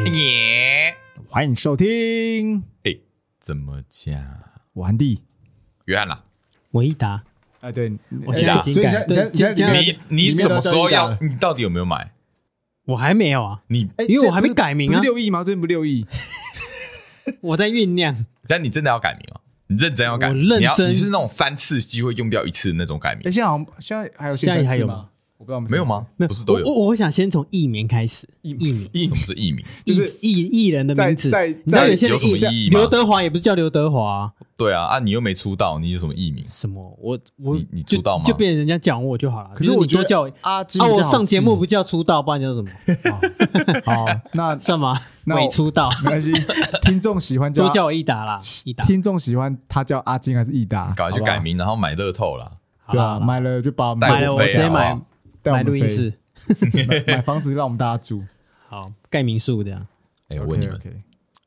哎欢迎收听，哎，怎么讲？我安迪。约翰啊啦，我一打，啊，对，我现在已经所以改现在对现在今现在天你你什么时候要？你到底有没有买？我还没有啊，你哎因为我还没改名啊不是六亿吗？最近不是六亿？我在酝酿。但你真的要改名哦，你认真要改名，我认真你要你是那种三次机会用掉一次的那种改哎，名，现在好像现在还有现在限三还次有吗？我不知道我们没有限吗？没有不是都有我？我我想先从艺名开始，艺名，什么是艺名？ 就是艺艺艺人的名字。在在你知道有些人在有什么意义吗刘德华也不是叫刘德华啊，对啊，啊，你又没出道，你有什么艺名？什么我我你你就出道吗就变成人家讲我就好了。可是我就是觉得你多叫我阿金啊，比我较好上节目记不叫出道，不然叫什 么？好，那没算吗？那我伪出 道，关系，听众喜欢叫多叫我一打 啦，一打。听众喜欢他叫阿金还是益达？赶快去好不好改，名，然后买乐透啦。好对啦啊，好啦买了就把我们带买了，我飞直接啊好买不带我买们录音飞室， 买买房子让我们大家住。好盖民宿这样。哎，我问你们， OK，OK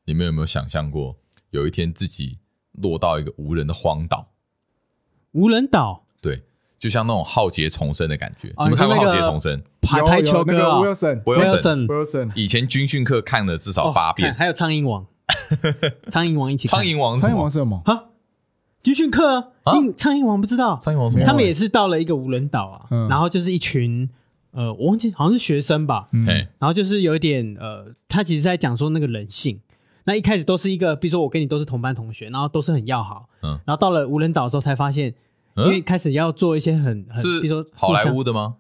你们有没有想象过有一天自己落到一个无人的荒岛？无人岛对，就像那种浩劫重生的感觉。哦你们看过《你说那浩个劫重生》排有排有球那哥个啊 Wilson ？Wilson， Wilson，以前军训课看了至少哦八看遍。还有苍蝇 王，苍蝇王一起看苍蝇王是苍什蝇王么？是什么？啊，军训课啊啊嗯苍蝇王不知道，苍蝇王是什他么？们也是到了一个无人岛啊，嗯然后就是一群呃，我忘记好像是学生吧，嗯哎，然后就是有一点呃，他其实在讲说那个人性。那一开始都是一个，比如说我跟你都是同班同学，然后都是很要好，嗯然后到了无人岛的时候才发现，嗯因为开始要做一些很很，是比如说好莱互相坞的吗？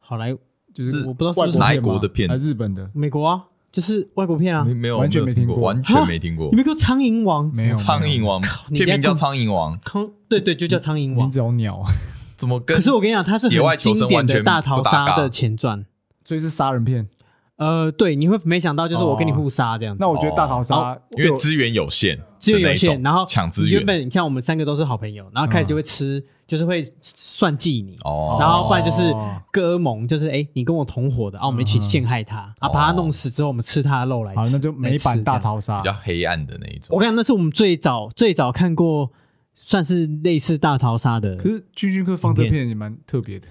好莱坞就是我不知道是外不是国哪一国的片还是日本的？美国啊，就是外国片啊，没没有完全没没有听过，过完全没听过你。们个苍蝇王，没有苍蝇王啊你片名应该叫看《苍蝇王》，空对对，就叫苍蝇名王。字有鸟，啊怎么跟？可是我跟你讲，它是野外很求经生典完全的不大逃搭杀嘎的前传。所以是杀人片。呃，对，你会没想到，就是我跟你哦互杀这样子那，我觉得大逃杀哦因对为我，资源有限的那一种，资源有限，然后抢资原源本你看我们三个都是好朋友，然后开始就会吃，就是会算计你，哦，然后不然就是哦哥盟，就是哎，你跟我同伙的啊，我们一嗯起陷害他啊，哦把他弄死之后，我们吃他的肉来吃。好，那就来美吃版大这样。逃杀比较。黑暗的那一种我。跟你讲，那是我们最早最早看过，算是类似大逃杀的可。是军训课放这片也蛮特别的，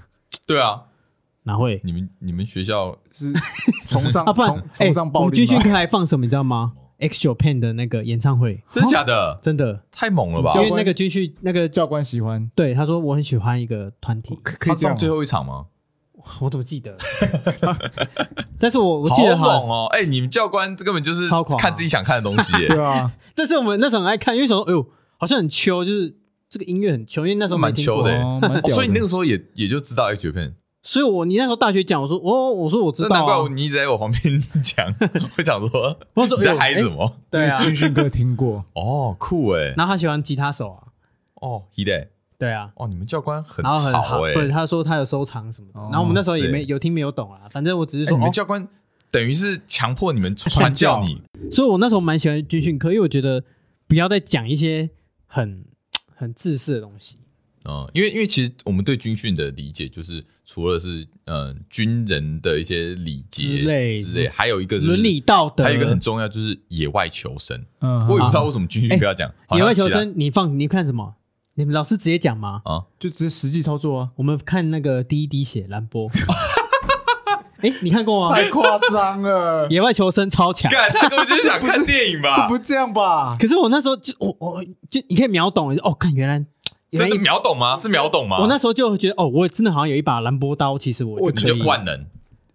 对啊，哪会？你们你们学校 是崇尚啊，不然崇崇尚暴我们力军训吗？课还放什么，你知道吗？X 九 Pen 的那个演唱会，真的假的？真的，太猛了吧！因教为官那个军训那个教官喜欢，对他说我很喜欢一个团体，可可他以这放样吗最后一场吗？我怎么记得？ 但是我我好记得猛好，哦！哎，你们教官这根本就是超狂啊看自己想看的东西 耶，对啊，但是我们那时候很爱看，因为想说，哎呦，好像很秋，就是这个音乐很秋，因为那时候没蛮听过秋的耶。哦蛮屌哦啊的所以你那个时候也也就知道 H 片，所以我你那时候大学讲，我说哦，我说我知那道难怪我啊，你一直在我旁边讲， 我想说我说你在嗨什？哎呦哎么？对啊，军训课听过，哦，酷哎！然后他喜欢吉他手啊，哦，一代对啊。哦，你们教官很然后很吵哎，对，他说他有收藏什么的，哦然后我们那时候也没是有听没有懂啊，反正我只是哎说你哦们，教官等于是强迫你们传传教教你，哦所以我那时候蛮喜欢军训课，因为我觉得不要再讲一些很很自私的东西。嗯，因为因为其实我们对军训的理解就是，除了是嗯、呃军人的一些礼节之类之类，还有一个就是伦理，道德，还有一个很重要就是野外求生。嗯，我也不知道为什么军训不要讲野外求生，啊哎你放你看什么？你们老师直接讲吗？啊，就直接实际操作啊，我们看那个第一滴血蓝波。哎，你看哦过吗？太夸 张了，野外求生超强。干他根本就是想 看电影这吧不？这样吧？可是我那时候就我我就你可以秒懂哦，看原来原真的来秒懂吗？是秒懂吗？我那时候就觉得哦，我真的好像有一把蓝波刀，其实我我你可就以。万能，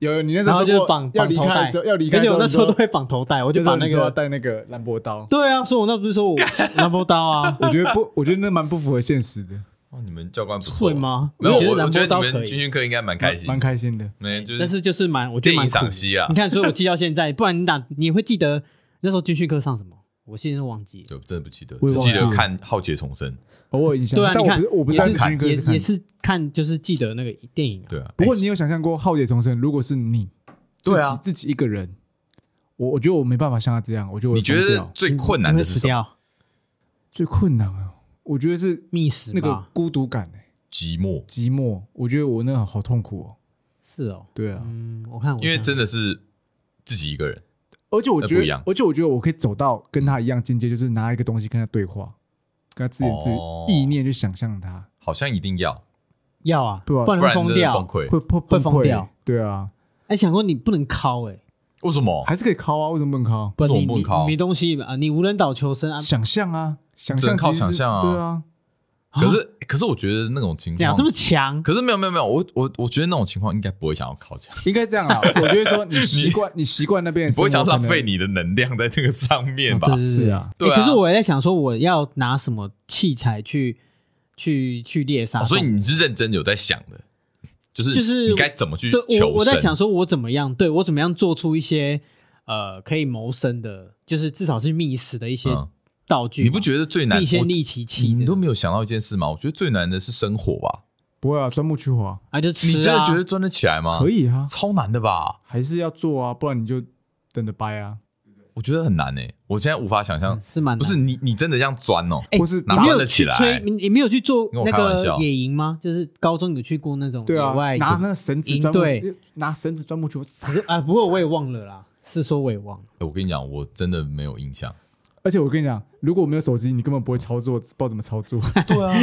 有有，你那时然候后说就过绑要绑离头开的带时候，要离开而的且时候，我那时候你都说会绑头带，我就把那那时候你说要个带那个兰博刀，对啊，所以我那不是说我蓝波刀 啊，我觉得不，我觉得那蛮不符合现实的，哦，你们教官不错会？吗？没有，觉我得我蓝觉波得刀你可们军以，训课应该蛮开心，蛮开心的。没就是但是就是蛮，我觉电得蛮影酷的赏析啊你，看，所以我记到现在，不然你打你会记得那时候军训课上什么？我现在都忘记了。就真的不记得，我只也忘记记得了看《浩劫重生》。偶尔影响，对啊，但你哦我不看是，我不也是在是军也训课也看。是看，就是记得那个电影啊。对啊，不过哎你有想象过浩劫重生，如果是你，对啊自己自己一个人，我我觉得我没办法像他这样，我觉得我你会觉疯得掉最你困难你的会是死什么？掉最困难啊，我觉得是觅食那个吧孤独感、欸、寂寞。寂寞，我觉得我那个好痛苦哦。是哦，对啊，嗯，我看我因为想真的是自己一个人，而且我那觉不一得样，而且我觉得我可以走到跟他一样境界，就是拿一个东西跟他对话，跟他自言自语哦，意念去想象他，好像一定要，要啊，对啊不然不会然疯真的崩掉。溃。会会会疯掉。对啊，哎，想说你不能敲哎，我为什么？还是可以敲啊？为什么不能敲？不然为什么你不能你考你没东西啊，你无人岛求生啊，想象啊，想只能象靠其实想是象啊对啊，可是可是我觉得那种情这样况这，么强，可是没有没有没有，我我我觉得那种情况应该不会想要靠这样，应该这样啊。我觉得说你习惯， 你习惯 那边的不会生想活浪可能费你的能量在那个上面吧对？对是啊，对啊欸可是我也在想说，我要拿什么器材去去去猎杀哦动物、所以你是认真有在想的，就是就是你该怎么去求对生？我我在想说，我怎么样，对我怎么样做出一些呃可以谋生的，就是至少是觅食的一些嗯道具嘛、你不觉得最难？必先我利其器你的你都没有想到一件事吗？我觉得最难的是生火吧。不会啊，钻木取火啊？就你吃、啊、真的觉得钻得起来吗？可，以啊，超难的吧？还是要做啊，不然你就等着掰啊，我觉得很难诶，我现在无法想象嗯。是蛮难不是你，你真的这样钻哦？欸或是哪怕拿你钻有得起去来吹，你你没有去做跟我那开玩个笑野营吗？就是高中有去过那种对啊野外，拿就是那个绳子营钻木队，拿绳子钻木取火，可是啊，不过我也忘了啦，是说我也忘了。欸我跟你讲，我真的没有印 象。而且我跟你讲，如果没有手机，你根本不会操作，不知道怎么操作。对啊，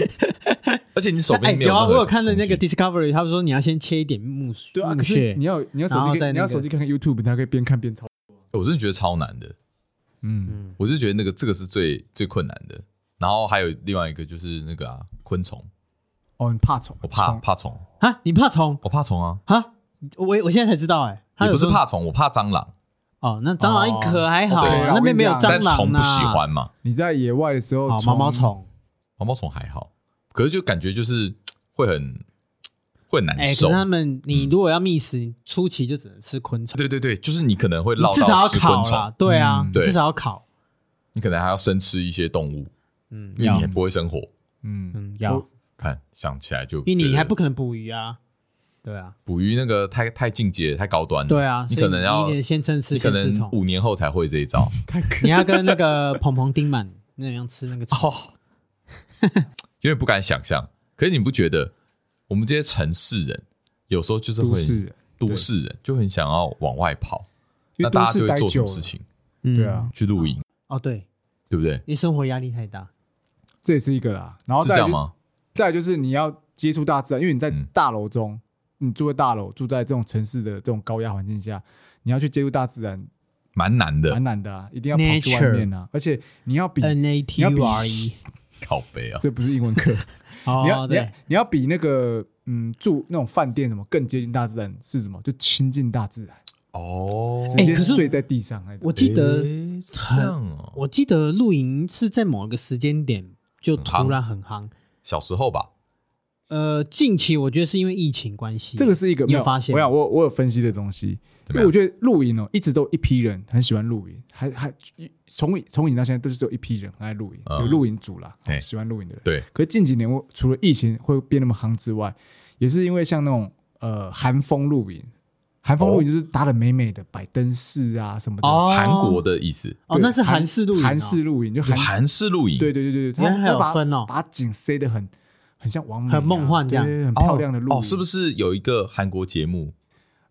而且你手哎，边没有啊，任何我有看了那个工具 Discovery，他们说你要先切一点木对啊，木可是屑你，要你要手嗯然后机再可以，你那要个手机看看 YouTube，你才可以边看边操。我真的觉得超难的。嗯，嗯，我是觉得那个这个是最最困难的。然后还有另外一个就是那个啊，昆虫，哦，你怕虫？我怕虫怕虫，啊，你怕虫我怕虫啊。啊？我我现在才知道，哎，他也有不是说怕虫，我怕蟑螂，哦，那蟑螂一壳还好哦啊，对啦那边没有蟑但螂啊虫不喜，欢嘛。你在野外的时候哦，，毛毛虫。毛毛虫还好，可是就感觉就是会很会很难哎，可受是。他们，你如果要觅食，你初期就只能吃昆虫，对对对，就是你可能会你绕至少到要吃烤昆虫啦，，对啊嗯，对至少要烤，你可能还要生吃一些动物，嗯，因为要你还，不会生火。嗯，嗯，要我，看想起来就因为觉你得还不可能捕鱼啊，对啊，捕鱼那个太太境界太高端了，对啊，你所以可能要一定先趁吃你可先吃能虫，五年后才会这一招太可你要跟那个鹏鹏丁满那样吃那个 虫，哦，有点不敢想象。可是你不觉得我们这些城市人有时候就是会都市人，都市人就很想要往外跑，因那为都大家市就待会做什久么了，事情？嗯对啊，，去露营，哦对，对不对？因为生活压力太大，这也是一个啦。然后是这再来样就吗？再来就是你要接触大自然，因为你在嗯大楼中，你住在大楼，住在这种城市的这种高压环境下，你要去接触大自然，蛮难的蛮，难的啊，一定要跑去外面啊，而且你要比 N A T U R 你 E，靠背啊！ 这不是英文课，你要哦，你要对，你要比那个嗯住那种饭店什么更接近大自然是什么？就亲近大自然，哦，直接哎可是睡在地上那种。我记得诶是这样哦，我记得露营是在某一个时间点就突然很夯，小时候吧，呃，近期我觉得是因为疫情关系，这个是一个你没有有发现我想我我有分析的东西，怎么因为我样？觉得露营哦，一直都有一批人很喜欢露营，还还嗯从以从以到现在都是只有一批人很爱露营，嗯有露营族啦，哎喜欢露营的人。对，可是近几年，我除了疫情会变那么夯之外，也是因为像那种呃寒风露营，寒风露营就是搭的美美的，摆灯饰啊什么的。哦，韩国的意思，哦，对那是韩式露营哦，韩式露营就有韩韩式露营，对对对对，他原来还有他把分哦把景塞的很很像完美啊、很梦幻这样对对对很哦，漂亮的呃路、哦，是不是？是有一个韩国节目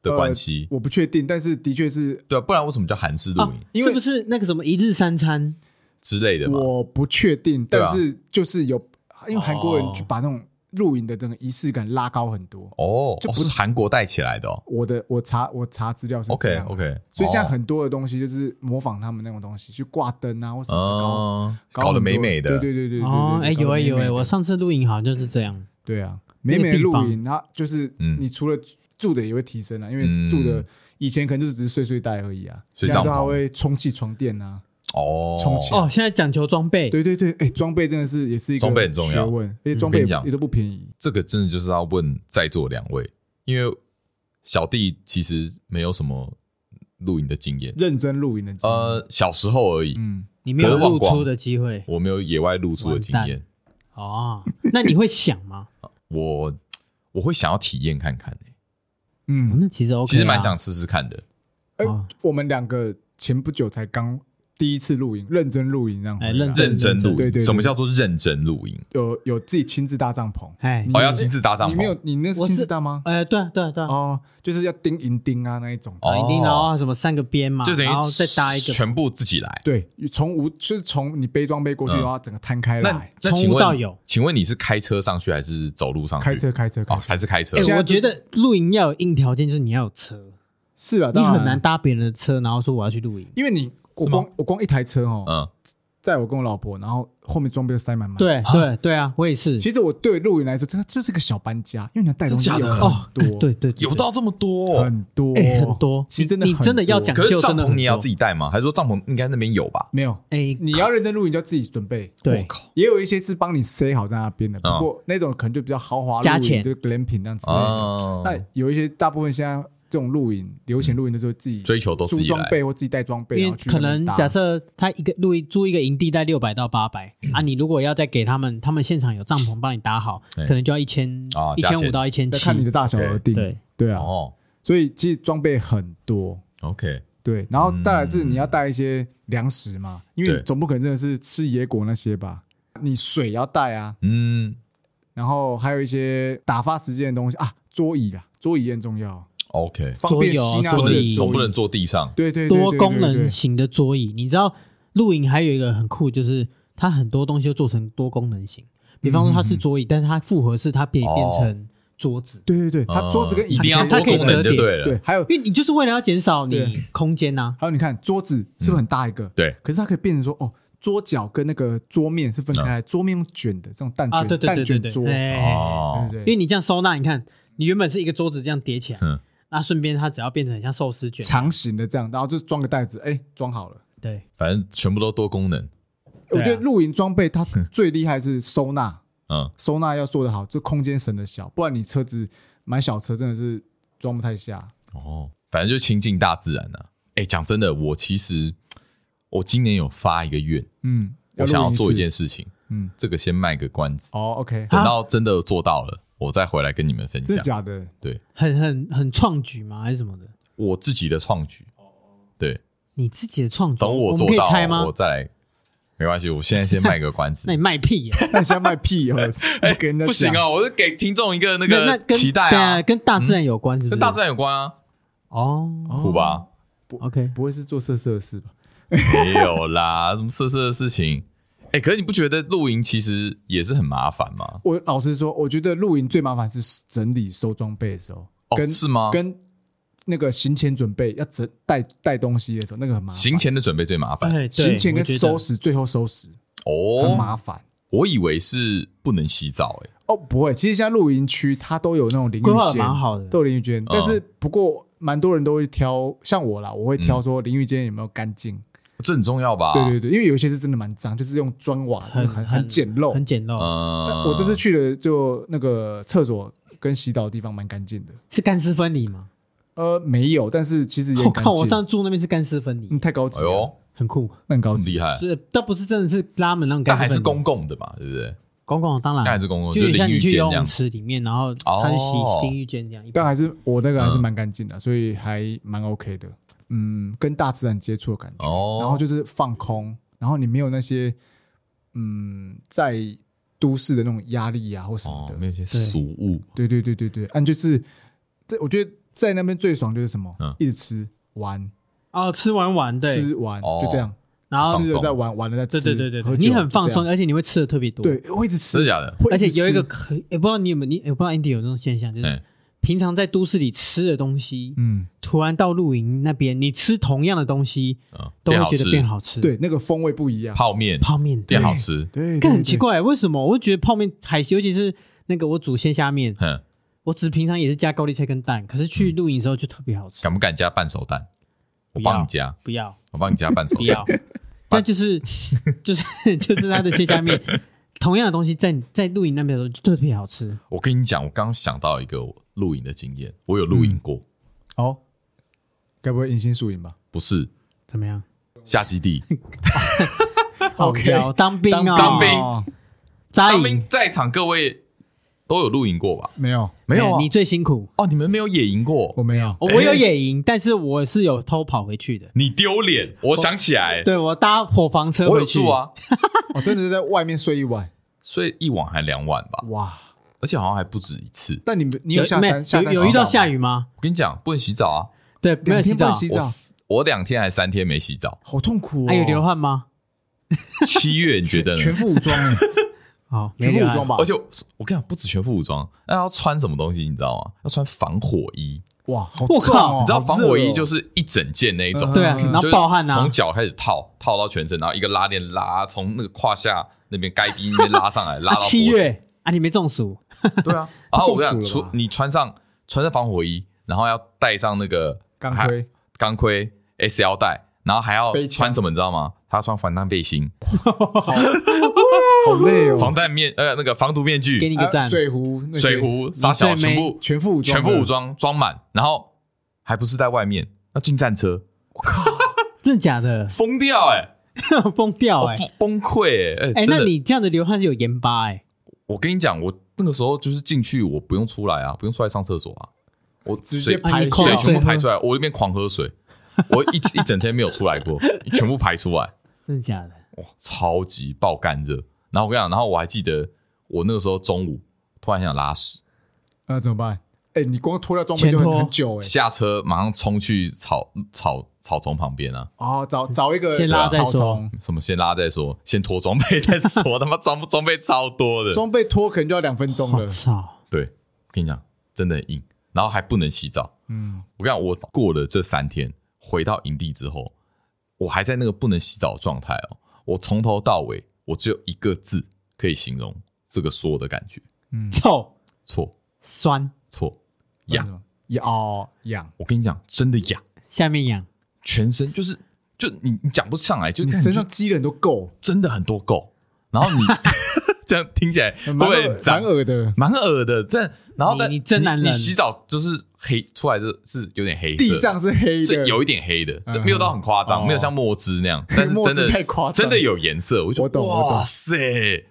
的关系？我不确定，但是的确是对啊，不然为什么叫韩式露啊营，因为是不是那个什么一日三餐？之类的嘛？我不确定，对但啊是就是有，因为韩国人哦去把那种露营的这个仪式感拉高很多。哦，就哦不是韩国带起来的哦。我的我查我查资料是这 OK 样 OK，啊哦所以现在很多的东西就是模仿他们那种东西，去挂灯啊或什么的搞，哦，搞搞很得多美美的，对对对对对对哦，对哎，有搞哎得美有美哎，的我上次露营好像就是这样，对啊，那美个美的地露方营，它就是嗯你除了住的也会提升啊，因为嗯住的以前可能就是只是睡睡袋而已啊，睡现在帐都还篷会充气床垫啊。哦，充气哦，现在讲求装备，啊对对对，哎，装备真的是也是一个装备很重要嗯学问，而且装我跟你备也讲也都不便宜。这个真的就是要问在座两位，因为小弟其实没有什么露营的经验，认真露营的经验，呃，小时候而已，嗯，你没有可是忘露光出的机会我没有野外露宿的经完验，哦。那你会想吗？我我会想要体验看看、欸哦嗯，那其实 OK，啊其实蛮想试试看的。哎哦，我们两个前不久才刚第一次露营，认真露营这样回来，哎认认真露对对营，对什么叫做认真露营？有有自己亲自搭帐篷？哎你，哦，要亲自搭帐你没有篷，你那是我亲是自搭吗？呃，对啊对啊对啊，哦，就是要钉银钉啊那一种的。哦一定的哦，什么三个边嘛，就等然于后再搭一个全部自己来。对，从无就是从你背装备过去，嗯然后整个摊开那来，那从请无到问有请问你是开车上去还是走路上去？开车开车开哦，车，还是开车哎、现在我就是觉得露营要有硬条件，就是你要有车，是啊，你当然很难，搭别人的车，然后说我要去露营。因为你我是吗光我光一台车哦，嗯，载我跟我老婆，然后后面装备都塞满满。，对对对啊，我也是。其实我对露营来说，真的就是个小搬家，因为你要带东西真假的有很对多，对对，对有到这么多哦，很多哎很多其实真的你很多真的要讲可是帐就真的篷很你也要多自己带吗？还是说帐篷应该那边有吧？没有，哎，你要认真露营就要自己准备。哦对我，靠，也有一些是帮你塞好在那边的，不嗯过那种可能就比较豪华露营，加钱就是 glamping 这样之类的。啊，那有一些大部分现在这种露营，流行露营就是自己追求都自租己装来，备或自己带装备，因然为后去可那能边搭假设他一个露营租一个营地在六百到八百啊，你如果要再给他们，他们现场有帐篷帮你搭好，对可能就要一千啊一加千钱五到一千再七看。你的大小而定。对，对啊，哦所以其实装备很多。 ，OK，对，然后再来是嗯你要带一些粮食嘛，因为对你总不可能真的是吃野果那些吧？你水要带啊，嗯，然后还有一些打发时间的东西啊，桌椅啊，桌椅也很重要， OK，方便桌椅哦吸纳桌式椅的总不桌能椅。坐地上，对对对对多功对对能型的桌椅。你知道露营还有一个很酷，就是它很多东西都做成多功能型。比方说它嗯是桌椅，但是它复合式，它变哦变成桌子，对对对，它桌子跟椅一子定要可多以它可以功能折就叠对了对，，还有因为你就是为了要减少对你空间啊呐、还有，你看桌子是不是很大一个？对，可是它可以变成说，哦，桌角跟那个桌面是分嗯开来，桌面用卷的这种蛋啊。对卷对蛋对对卷桌，对，对哎、哦，对因为对，你这样收纳，你看你原本是一个桌子这样叠起来，嗯那顺便它只要变成很像寿司卷，长形的这样，然后就是装个袋子，哎，装好了。对，反正全部都多功能，我对啊觉得露营装备它最厉害是收纳， 嗯，收纳要做得好，就空间省得小，不然你车子买小车真的是装不太下。哦，反正就亲近大自然呐、啊。哎，讲真的，我其实我今年有发一个愿，嗯，我想要做一件事，事情，嗯，这个先卖个关子，哦，OK， 等到真的做到了，我再回来跟你们分真享的假的？很很很创举嘛，还是什么的？我自己的创举。对，你自己的创举，等哦我做们可以到猜吗我？再来，没关系，我现在先卖个关子 那。你卖屁耶、那你现在卖 屁哦，不给人家不行讲啊，我是给听众一个 那那那个跟期待对啊，跟大自然有关是不是？跟大自然有关啊，哦苦？吧？ ，OK，不会是做色色的事吧？没有啦，什么色色的事情？ 哎，可是你不觉得露营其实也是很麻烦吗？我老实说，我觉得露营最麻烦是整理收装备的时候，哦，跟是吗？跟那个行前准备要整带带东西的时候，那个很麻烦。行前的准备最麻烦哎，对行前跟我觉得收拾，最后收拾很哦。麻烦。我以为是不能洗澡，哎，哦，不会，其实现在露营区它都有那种淋浴规划得间，蛮好的，都有淋浴嗯间，但是不过蛮多人都会挑，像我啦，我会挑说淋浴间有没有干净。这很重要吧？对对对，因为有一些是真的蛮脏，就是用砖瓦，很很很简陋。很简陋，嗯，我这次去了，就那个厕所跟洗澡的地方蛮干净的。是干湿分离吗？呃，没有，但是其实也我很干靠，净。我上次住那边是干湿分离嗯，，太高级哎了，呦，很酷，那很这高么级。厉害，是但不是真的是拉门那种哎但干湿还分是离公共的嘛，对不对？公共当然但还是公共，就有点像淋你浴去间游这泳样。池里面，然后哦他去洗淋浴间这样，一般但还是我那嗯个还是蛮干净的，所以还蛮 OK 的。嗯，跟大自然接触的感觉，哦，然后就是放空，然后你没有那些嗯在都市的那种压力啊或什么哦的，，没有一些俗物，对对对对对，啊，你就是在我觉得在那边最爽就是什么，嗯一直吃玩，哦吃完完对，吃玩哦就这样，然后是吃了再玩，玩了再对对吃，对对喝对，酒你很放，松，就而且你会吃的特别多，这样，对，我一直真吃的，假的？会而且直有一个吃可，也不知道你有没有，你也不知道 Andy 有这种现象，就是哎，平常在都市里吃的东西，嗯，突然到露营那边，你吃同样的东西，嗯，都变会好觉吃得，变好吃。，对，那个风味不一样，泡面泡面变对，好吃，对，对但对很奇对怪，为什么？我就觉得泡面还，尤其是那个我煮鲜虾面，哼，我只平常也是加高丽菜跟蛋，可是去嗯露营的时候就特别好吃。敢不敢加半熟蛋？我帮你加，不要，我帮你加半熟 不 蛋要。但就是就是 就是它的鲜虾面，同样的东西在在露营那边的时候就特别好吃。我跟你讲，我刚想到一个我露营的经验，我有露营过，嗯哦，该不会迎新宿营吧？不是怎么样下基 地，好 OK 聊当兵啊，当兵哦扎当营哎兵在场各位都有露营过吧？没有，没有哎啊你？最辛苦。哎哦，你们没有野营我过，没有，我我有野营，但是我是有偷跑回去的。你丢脸！我想起来，对我搭火房车我回有去住，啊，我哦真的是在外面睡一晚，睡一晚还两晚吧，哇！而且好像还不止一次。但你们你有下没山下山有有遇到下雨，雨吗？我跟你讲，不能洗澡啊！对，没有两洗天不澡能，洗澡。我，我两天还三天没洗澡 好痛苦哦，啊还有流汗吗？七月你觉得呢？全副武装哎，好，没全副流武汗装吧而？且我我跟你讲，不止全副武装，那要穿什么东西你知道吗？要穿防火衣。哇，好我重哦靠你知道防火衣就是是一整件那一种，对啊，嗯然后就是暴汗啊从，脚开始套，套到全身，然后一个拉链拉从那个胯下那边该逼那边拉上来，拉啊到 脖子七，月啊，你没中暑，对啊，然后我跟中你暑了讲，吧出你穿上穿上防火衣，然后要戴上那个钢还盔，钢盔 S 腰带，然后还要背枪穿什么你知道吗？他穿防弹背心、好累哦，防弹面呃那个防毒面给你具、一个啊赞，水壶、那些水壶、沙小最全美部全副武装全的，副武装装满，然后还不是在外面要进战车，？真的假的 疯掉哎、疯掉哎！我崩溃哎、欸哎，哦真那的你这样的流汗是有盐巴哎，我跟你讲，我那个时候就是进去，我不用出来啊，不用出来上厕所啊，我直水接排你出扣来水水全部排出来，我一边狂喝水，我一一整天没有出来过，全部排出来，真的假的？哇，超级爆干热。然后我跟你讲，然后我还记得我那个时候中午突然想拉屎，那怎么办？哎，你光脱掉装备就前很脱很久哎，下车马上冲去草草草丛旁边啊，哦，找找一个先拉再草说丛，什么先拉再说，先脱装备再说，他妈装装备超多的，装备脱可能就要两分钟我了，操！对，我跟你讲，真的很硬，然后还不能洗澡。嗯，我跟你讲，我过了这三天，回到营地之后，我还在那个不能洗澡的状态哦。我从头到尾，我只有一个字可以形容这个所有的感觉：臭错酸，错痒。痒哦痒，我跟你讲，真的痒，下面痒，全身就是就你你讲不上来，就你感觉身上积了很多垢，真的很多垢。然后 你这样听起来会不蛮会恶很蛮脏？恶的，蛮恶的，但然后你但你真男人你洗澡就是黑出来是是有点黑色的，地上是黑是的，有一点黑的，嗯没有到很夸张，哦没有像墨汁那样，但是 墨真汁的太夸张真的有颜色，我就我懂我懂哇塞，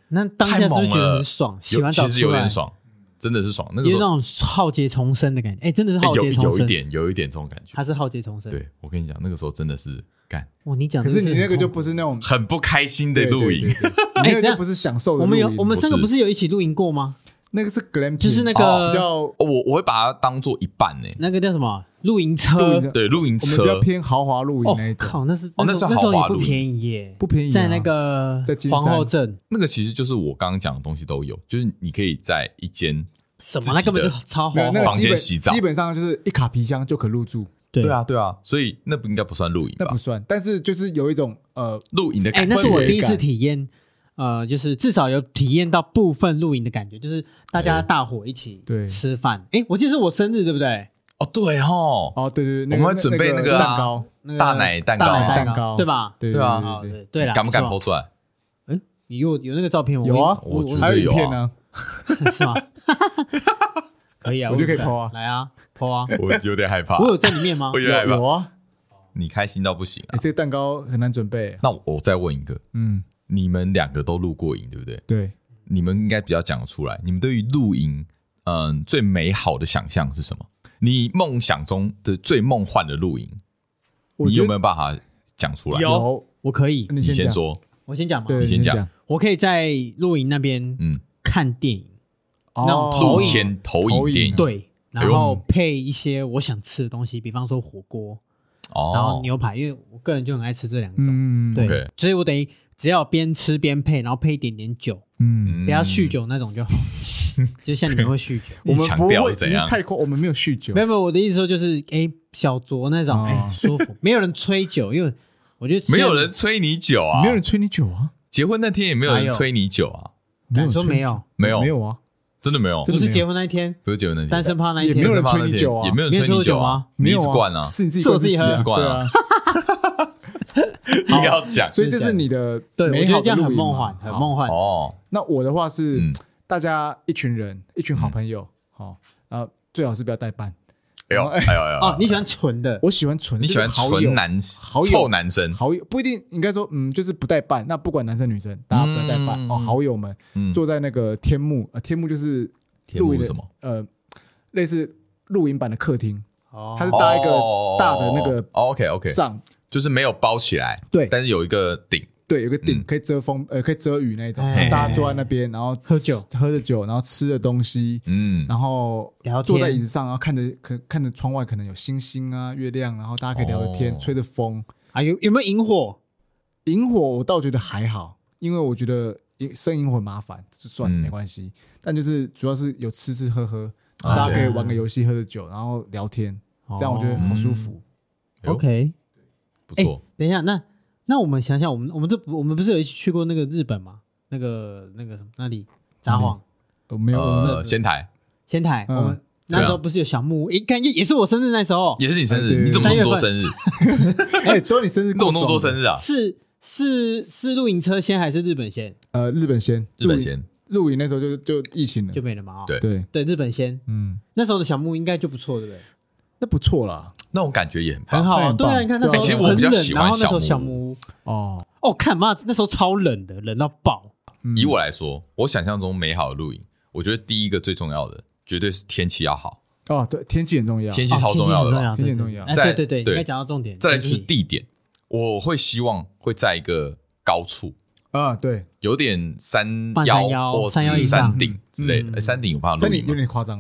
那当下是不是觉得很爽？洗有完其澡出来实有点，爽，真的是爽，那个有时那候种浩劫重生的感觉。哎，真的是哎浩有劫重有一生，点有一点这种感觉他，是浩劫重生。对我跟你讲，那个时候真的是干哇，你讲可的是很你那个就不痛是那种很不开心的露营对， 对对哎对你那个就不是享受苦。的我露们营，有我们三个不不是是有一起露营过吗？那个是 glamping，就是那哦比个较我我我会把它当做一半呢，那个叫什么露营露车营车？对，露营们比较车偏豪华露营哦那一，种，靠，那是哦那那时候是那时豪华候也露不营便宜耶，不便宜啊，在那个在金山皇后镇，那个其实就是我刚刚讲的东西都有，就是你可以在一间什自己么那根本就的超没豪有华那，个房基间本洗澡基本上就是一卡皮箱就可入住，对对，啊对啊，所以那不应该不算露营那吧不？算，但是就是有一种呃，露营的哎，感觉，那是我第一氛围次感体验，呃，就是至少有体验到部分露营的感觉，就是大家哎大伙一起对吃饭。哎，我记得是我生日对不对？哦对哦，哦对对对，那个我们会准备那那个啊蛋糕，那个大奶蛋糕大奶蛋糕对吧？对对啊啊，对对对对啦，敢不敢是吧 PO 出来？你有有那个照片吗？有啊，我我觉得还有影有啊片呢，是吗？ 可以啊，我就可以不敢 po 啊来啊，PO 啊，我有点害怕我有在里面吗 我？有点害有有怕。啊，你开心到不行啊哎，！这个蛋糕很难准备，那我再问一个，嗯，你们两个都露过营，对不对？对，你们应该比较讲得出来。你们对于露营，嗯，最美好的想象是什么？你梦想中的最梦幻的露营，我你觉有得没有办法讲出来？有有？我可以，你你先讲，说。我先讲嘛。对，你先讲讲，我可以在露营那边嗯，看电影，哦那种投露影天投影投影电影，对，哎然呦后配一些我想吃的东西，比方说火锅，然后哦，牛排，因为我个人就很爱吃这两种，嗯，对 OK 所以我等于只要边吃边配，然后配一点点酒，嗯，嗯不要酗，酒那种就好， 就像你们会酩酒。我们你不强调会是怎样你太过，我们没有酗酒没，有没有，我的意思说就是，哎、小酌那种，哦哎、舒 服，没有人吹酒，因为我觉得没有人催你酒啊，没有人催你酒啊，结婚那天也没有哪人有催你酒啊，没敢有人说催没你酒，有，没有没有啊，真的没有真，不的是没有结婚那一天，不是结婚那天，单身趴那一也天，没有人单身趴那催你天酒啊也没有没人人催你催我酒啊吗，你没一有直啊灌啊，是你自己是我灌自己喝啊自己灌对啊啊，应该 要讲哦所以这是你的对，我美觉好得的这样露很营梦嘛幻，很好梦幻。哦，那我的话是、嗯大家一群人，一群好朋友，好、然后最好是不要带伴。哎呦，哎呦，哎呦！哦，你喜欢纯的，我喜欢纯，你喜欢就是好友纯男好友臭男生，好友不一定，应该说，嗯，就是不带伴。那不管男生女生，大家不要带伴、嗯哦。好友们嗯，坐在那个天幕，呃，天幕就是天露幕营是什的么？呃，类似露营版的客厅，哦它是搭一个大的哦那个 OK OK，帐，就是没有包起来，对但是有一个顶，对，有个顶、嗯可以遮风，呃，可以遮雨那一种。哎大家坐在那边，然后喝酒吃喝着酒，然后吃着东西，嗯，然后聊天坐在椅子上，然后看着可看着窗外可能有星星啊、月亮，然后大家可以聊着天，哦吹着风。啊，有有没有萤火？萤火我倒觉得还好，因为我觉得萤生萤火很麻烦，就算了嗯没关系。但就是主要是有吃吃喝喝，啊大家可以对玩个游戏、喝着酒，然后聊天，哦这样我觉得好舒服。哎呦 OK。不哎错，等一下，那那我们想想，我们我们这不我们不是有一起去过那个日本吗？那个那个什么那里札幌我没有，我们呃，仙台仙台，嗯我们那时候不是有小木屋？一看也也是我生日那时候，也是你生哎对日，你怎么那么多 生日？你哎，都是你生日，呃怎么那么多生日？日啊？是是是露营车先还是日本先呃，日本先，日本露营，先，露营那时候就就疫情了就，没了嘛？哦嗯对对，对，日本先，嗯，那时候的小木屋应该就不错，对不对？那不错啦。那种感觉也很棒很好那啊，很对啊，棒你看那时哎候其实很我冷，比较喜欢然后那时候小小木木屋，哦，哦，看妈，那时候超冷的，冷到爆。嗯以我来说，我想象中美好的露营，我觉得第一个最重要的绝对是天气要好，哦，对，天气很重要，天气哦超重要的吧。天天气很气重重要要。对对对哎，再对对对，对应该讲到重点。再来就是天气地点，我会希望会在一个高处，啊，对，有点山半山腰腰或山腰以是上山顶之类嗯的。呃山顶有办法这露里营有吗？点夸张，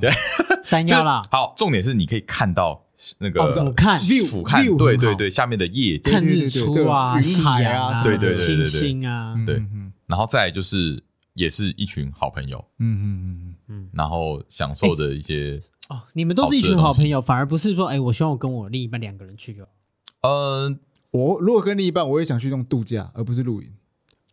山就腰啦，好，重点是你可以看到那个哦俯瞰，view，俯瞰， view 对很好对对，下面的夜景。看日出啊，对对对对夕云海阳啊啊，什么的对对对对对星星啊，嗯对嗯嗯然后再来就是也是一群好朋友，嗯嗯嗯，然后享受着一些，哦，你们都是一群好朋友，反而不是说，哎，我希望我跟我另一半两个人去就好。嗯，我如果跟另一半，我也想去弄度假，而不是露营，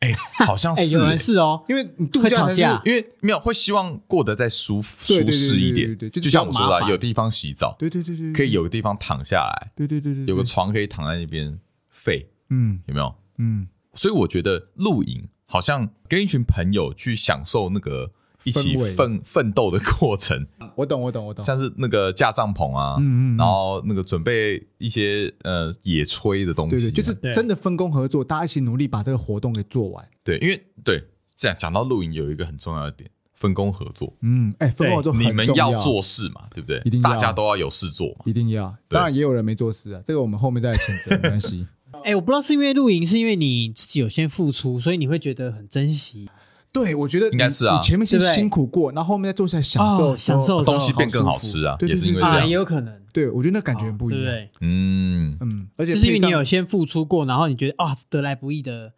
哎，好像 哎，是有欸，人是哦，因为你度假才会吵是架因为没有会希望过得再舒对对舒对适一点对对对，对就像我说就比较麻的啊，烦嗯有地方洗澡，对对对对，可以有个地方躺下来，对，对对对有对，个床可以躺在那边废，嗯有没有？嗯，所以我觉得露营好像跟一群朋友去享受那个一起氛围奋奋斗的过程，我懂我懂我懂，像是那个架帐篷啊，嗯嗯嗯然后那个准备一些呃野炊的东西啊对嘛，对，就是真的分工合作，大家一起努力把这个活动给做完。对，因为对这样讲到露营有一个很重要的点，分工合作，嗯，哎，分工合作很你们重要做事嘛，对不对一定？要大家都要有事做嘛。一定要，对当然也有人没做事啊，这个我们后面再来谴责，没关系。哎，我不知道是因为露营，是因为你自己有先付出，所以你会觉得很珍惜。对，我觉得你应该是啊你前面先对不对辛苦过，然后后面再坐下来享受呃哦享受说东西好变更好舒服吃啊对也对是因为对这啊，样也有可能，对，我觉得那感觉不一哦对不样。对？嗯，嗯，而且就是因为配上你有先付出过，然后你觉得啊，得来不易的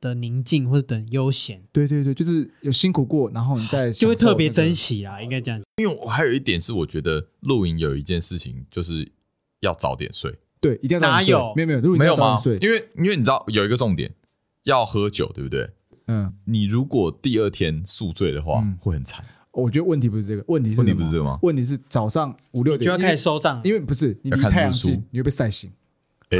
的宁静或者等悠闲，对对对，就是有辛苦过，然后你再就会享受特别那个珍。惜啦，应该这样讲。因为我还有一点是，我觉得露营有一件事情就是要早点睡，对，一定要早点哪睡有没有没有，如果没你有要早吗点睡？，因为因为你知道有一个重点，要喝酒，对不对？嗯，你如果第二天宿醉的话，嗯会很惨。我觉得问题不是这个，问题是问题什么不是这个吗问题是早上五六点就要因为开始收账了，因为不是你要离看太阳日出近，你会被晒醒，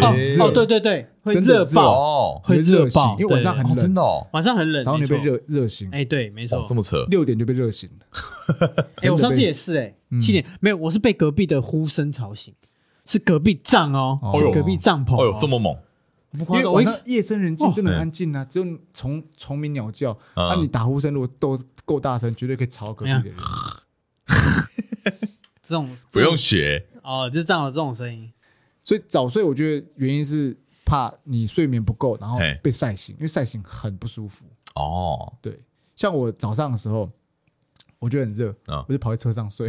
哦诶哦，对对对，会真的热热爆，哦会热醒爆，因为晚上对很哦，冷，真的哦，晚上很冷，早上你会没被错。热热醒，哎，对，没错哦，这。么扯，六点就被热醒了。哎，我真的上被次也是，哎，嗯七点没有，我是被隔壁的呼声吵醒，是隔壁帐哦哦，是呦隔壁帐篷哦哦，呦，这么猛，不因夸为张，我晚一上夜深人静，哦真的很安静啊，只有虫虫鸣鸟叫。嗯啊，你打呼声如果都够大声，绝对可以吵隔壁的人。这种不用学，哦，就是帐篷这种声音，所以早睡，我觉得原因是怕你睡眠不够，然后嘿被晒醒，因为晒醒很不舒服。哦，对，像我早上的时候，我觉得很热，嗯我就跑在车上睡。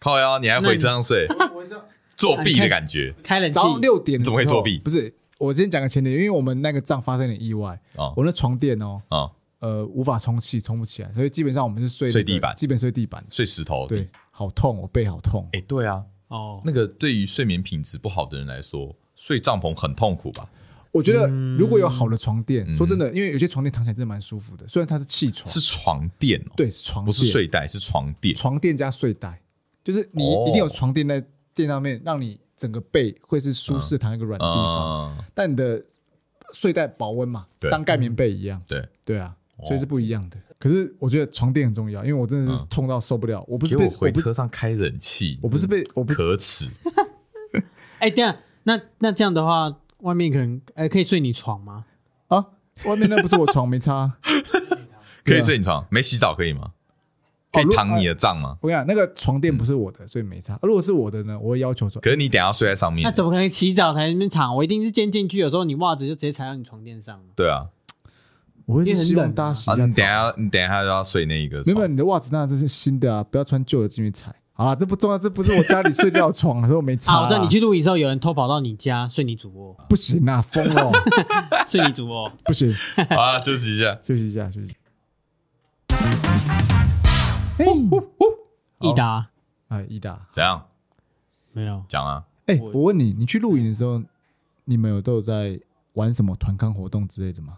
靠腰，你还那回你车上睡， 作弊的感觉开冷气早，上六点的时候怎么会作弊不是，我先讲个前提，因为我们那个帐发生点意外，啊我那床垫哦，啊，呃，无法充气，充不起来，所以基本上我们是睡那个睡地板基本睡地板。睡石头。对，，好痛，我背好痛。哎，对啊，哦，那个对于睡眠品质不好的人来说，睡帐篷很痛苦吧？我觉得如果有好的床垫，嗯说真的，因为有些床垫躺起来真的蛮舒服的，虽然它是气床，是床垫哦，，对，是床不是垫睡袋，是床垫。床垫加睡袋，就是你哦一定有床垫在垫上面，让你整个背会是舒适躺在一个软地方，嗯，但你的睡袋保温嘛，对当盖棉被一样，对，对啊，哦所以是不一样的。可是我觉得床垫很重要，因为我真的是嗯痛到受不了，我不给是被我回不是车嗯上开冷气，我不是被我不是可 耻，哎，等一下，那那这样的话，外面可能哎可以睡你床吗？啊，外面那不是我床没差 啊，可对以啊哦睡你床，没洗澡可以吗？可以如躺你的帐吗？我跟你讲，那个床垫不是我的，所以没嗯差。如果是我的呢，我会要求说，可是你等一下睡在上那面，怎么可能洗澡才在那边躺？我一定是先进去，有时候你袜子就直接踩到你床垫上了。对啊，我会是希因为很冷望啊大家洗啊，一你等一下你等一下下澡。就要睡那一个没有，床，你的袜子那这是新的啊，不要穿旧的进去踩。好啦，这不重要，这不是我家里睡觉的床，所以我没擦啊，啦。我知道你去露营的时候，有人偷跑到你家睡你主 卧，不行啊，疯了， 睡你主卧。不行，好 啊，休息一下。休息一下，休息一下。 益达，哎，义大，怎样没有，讲啊？哎，我我问你，你去露营的时候，你们有都有在玩什么团康活动之类的吗？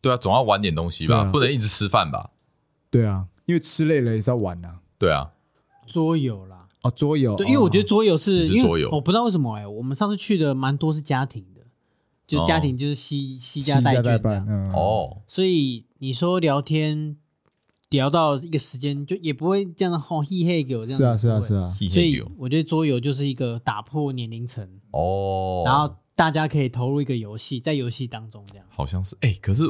对啊，总要玩点东西对吧，啊不能一直吃饭吧？对啊，因为吃累了也是要玩呐。对啊，桌游啦。哦，桌游，对，因为我觉得哦桌游是，你是因为桌游我不知道为什么哎、我们上次去的蛮多是家庭的，就哦家庭就是西西西家带家眷代这办样，嗯，哦，所以你说聊天聊到一个时间，就也不会这样吼嘿嘿给我这样，是啊，是啊，不会是。啊，嘿所嘿以呦我觉得桌游就是一个打破年龄层，哦，然后大家可以投入一个游戏，在游戏当中这样。好像是哎、可是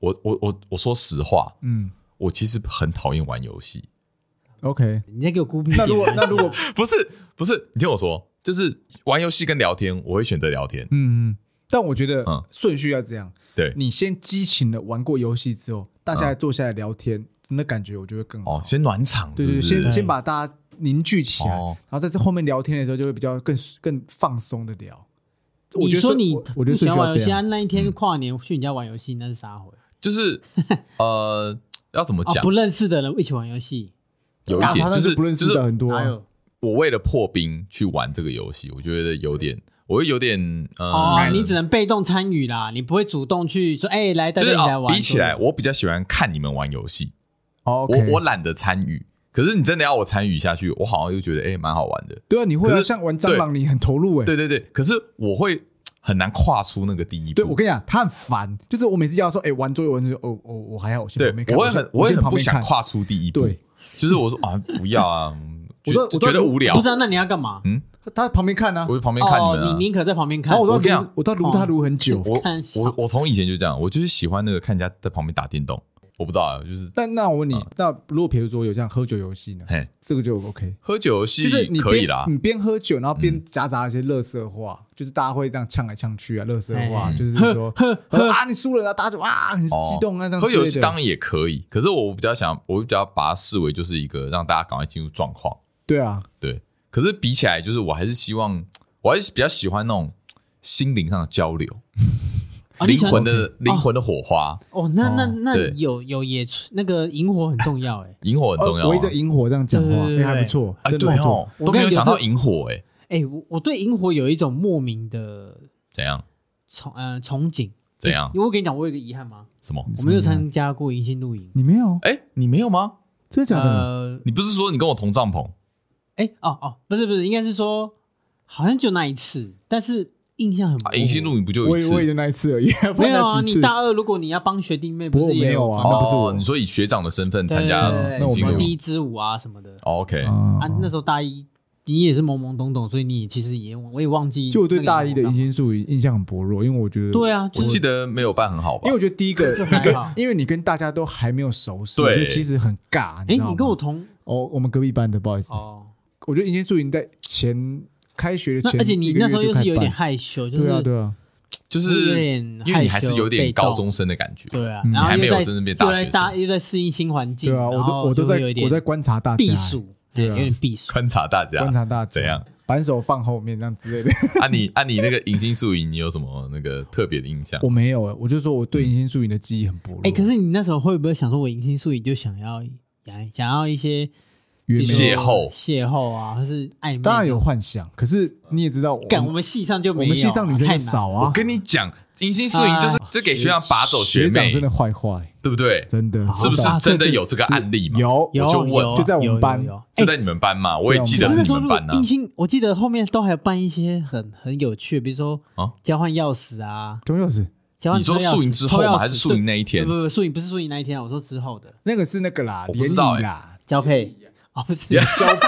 我我我我说实话，嗯我其实很讨厌玩游戏， ，OK，嗯你在给我孤僻一那点如果那如果，不是不是，你听我说，就是玩游戏跟聊天，我会选择聊天。嗯嗯，但我觉得嗯顺序要这样，对，你先激情的玩过游戏之后，大家嗯来坐下来聊天，那感觉我觉得更好哦，。先暖场对是不对，是？先先把大家凝聚起来，哦然后在这后面聊天的时候就会比较更更放松的聊。我你觉得说顺你我我觉不得喜顺欢玩序要游这戏啊？样。那一天跨年去你家玩游戏，那是啥回？就是 呃，要怎么啊，讲？不认识的人一起玩游戏，有一啊点他就那是哦不认识就是的很多哪啊，有？我为了破冰去玩这个游戏，我觉得有点，我会有点呃，哦，你只能被动参与啦，你不会主动去说，哎，来，大就家是一起来哦，玩。比起来，我比较喜欢看你们玩游戏，哦我 OK 我懒得参与。可是你真的要我参与下去，我好像又觉得哎，蛮、好玩的。对啊，你会可啊是像玩蟑螂，你很投入哎。对对对，可是我会很难跨出那个第一步。对，我跟你讲，他很烦，就是我每次要说，哎，玩桌游，玩桌游，哦哦，我还好，我先对旁边，看，我会先很我会先很旁不边想看。跨出第一步。对，就是我说啊，不要 啊，觉我都我都觉得无聊不，知道那你要干嘛？他旁边看啊，我就旁边看哦，们啊你。宁可在旁边看然后。我都我跟你要撸讲，我都要撸他撸很久。我看小我我从以前就这样，我就是喜欢那个看人家在旁边打电动，我不知道啊，就是但那我问你，那如果比如说有这样喝酒游戏呢？嘿，这个就 OK，喝酒游戏就是你边可以啦，嗯你边喝酒，然后边夹杂一些乐色话，就是大家会这样呛来呛去啊，乐色话哎就是呵说呵呵啊，你输了，然后大家就哇很激动啊，这样哦喝游之戏类的当然也可以，可是我比较想，我比较把它视为就是一个让大家赶快进入状况。对啊，对，可是比起来，就是我还是希望，我还是比较喜欢那种心灵上的交流，啊你灵喜欢魂的灵魂的火花，哦，那那哦那对有有野炊那个萤火很重要哎 萤火很重要、围着啊。萤火这样讲话，对对哎对还不错，哎，真的对不错。哦，我都跟没你有讲讲到这萤火，哎，哎，我我对萤火有一种莫名的怎样？憧呃憧憬。怎样？因为我跟你讲，我有一个遗憾吗？什么？我没有参加过银杏露营。你没有？哎，你没有吗？真的假的？呃，你不是说你跟我同帐篷？哎哦哦，不是不是，应该是说好像就那一次，但是印象很模啊，糊银杏露营不就有我一以次？我也就那一次而已，不没然有那啊？几你次。大二如果你要帮学弟妹，不不是过我也没有啊帮那哦，不是我你说以学长的身份参加对那银我杏没露什么有第营一支舞啊什么的。哦？OK，啊啊，那时候大一，你也是懵懵懂懂，所以你也其实也我也忘记。就我对大一的银，杏树印象很薄弱，因为我觉得对，啊，我就记是得没有办很好吧因为？我觉得第一 个就还好，因为 你跟大家都还没有熟识，对所以其实很尬。哎，知道吗你跟我同哦，我们隔壁班的，不好意思，哦，我觉得银杏树营在前开学的那前，而且你那时候又是有点害，害羞，就是对啊对啊，就有是点因为你还是有害羞被点动高中生的感觉，对啊嗯，然后你还没又有在真正变又大学在生大又在适应新环境，对啊，我然都后我都就在会有一点我在观察大家，避暑，对，对啊有点避暑。观察大家，观察大家啊怎样？反手放后面这样之类的。 按你按你那个迎新宿营，你有什么那个特别的印象我？没有哎，我就说我对银杏树营的记忆很薄弱。哎，可是你那时候会不会想说，我迎新宿营就想要想想要一些比如说约没有邂逅邂逅啊，或是暧昧？当然有，幻想，可是你也知道，干我们系上就我没有啊，们系上女生太就难少我啊。跟你讲，迎新宿营就是就给学长拔走学长妹，真的哎坏坏，对不对？真的是不是啊真的对对有这个案例嘛？有有就问有就在我们班有有有就在你们班嘛，我也记可得是是那你时候们如果班啊呐迎。新，我记得后面都还有办一些很很有趣的，比如说啊交换钥匙啊，钟佑是交换你说车钥匙宿营之后抽钥吗？匙还是宿营那一对天不？不不，宿营不是宿营那一天啊，我说之后的那个是那个啦，我联不知道欸谊啦，交配哦，不是交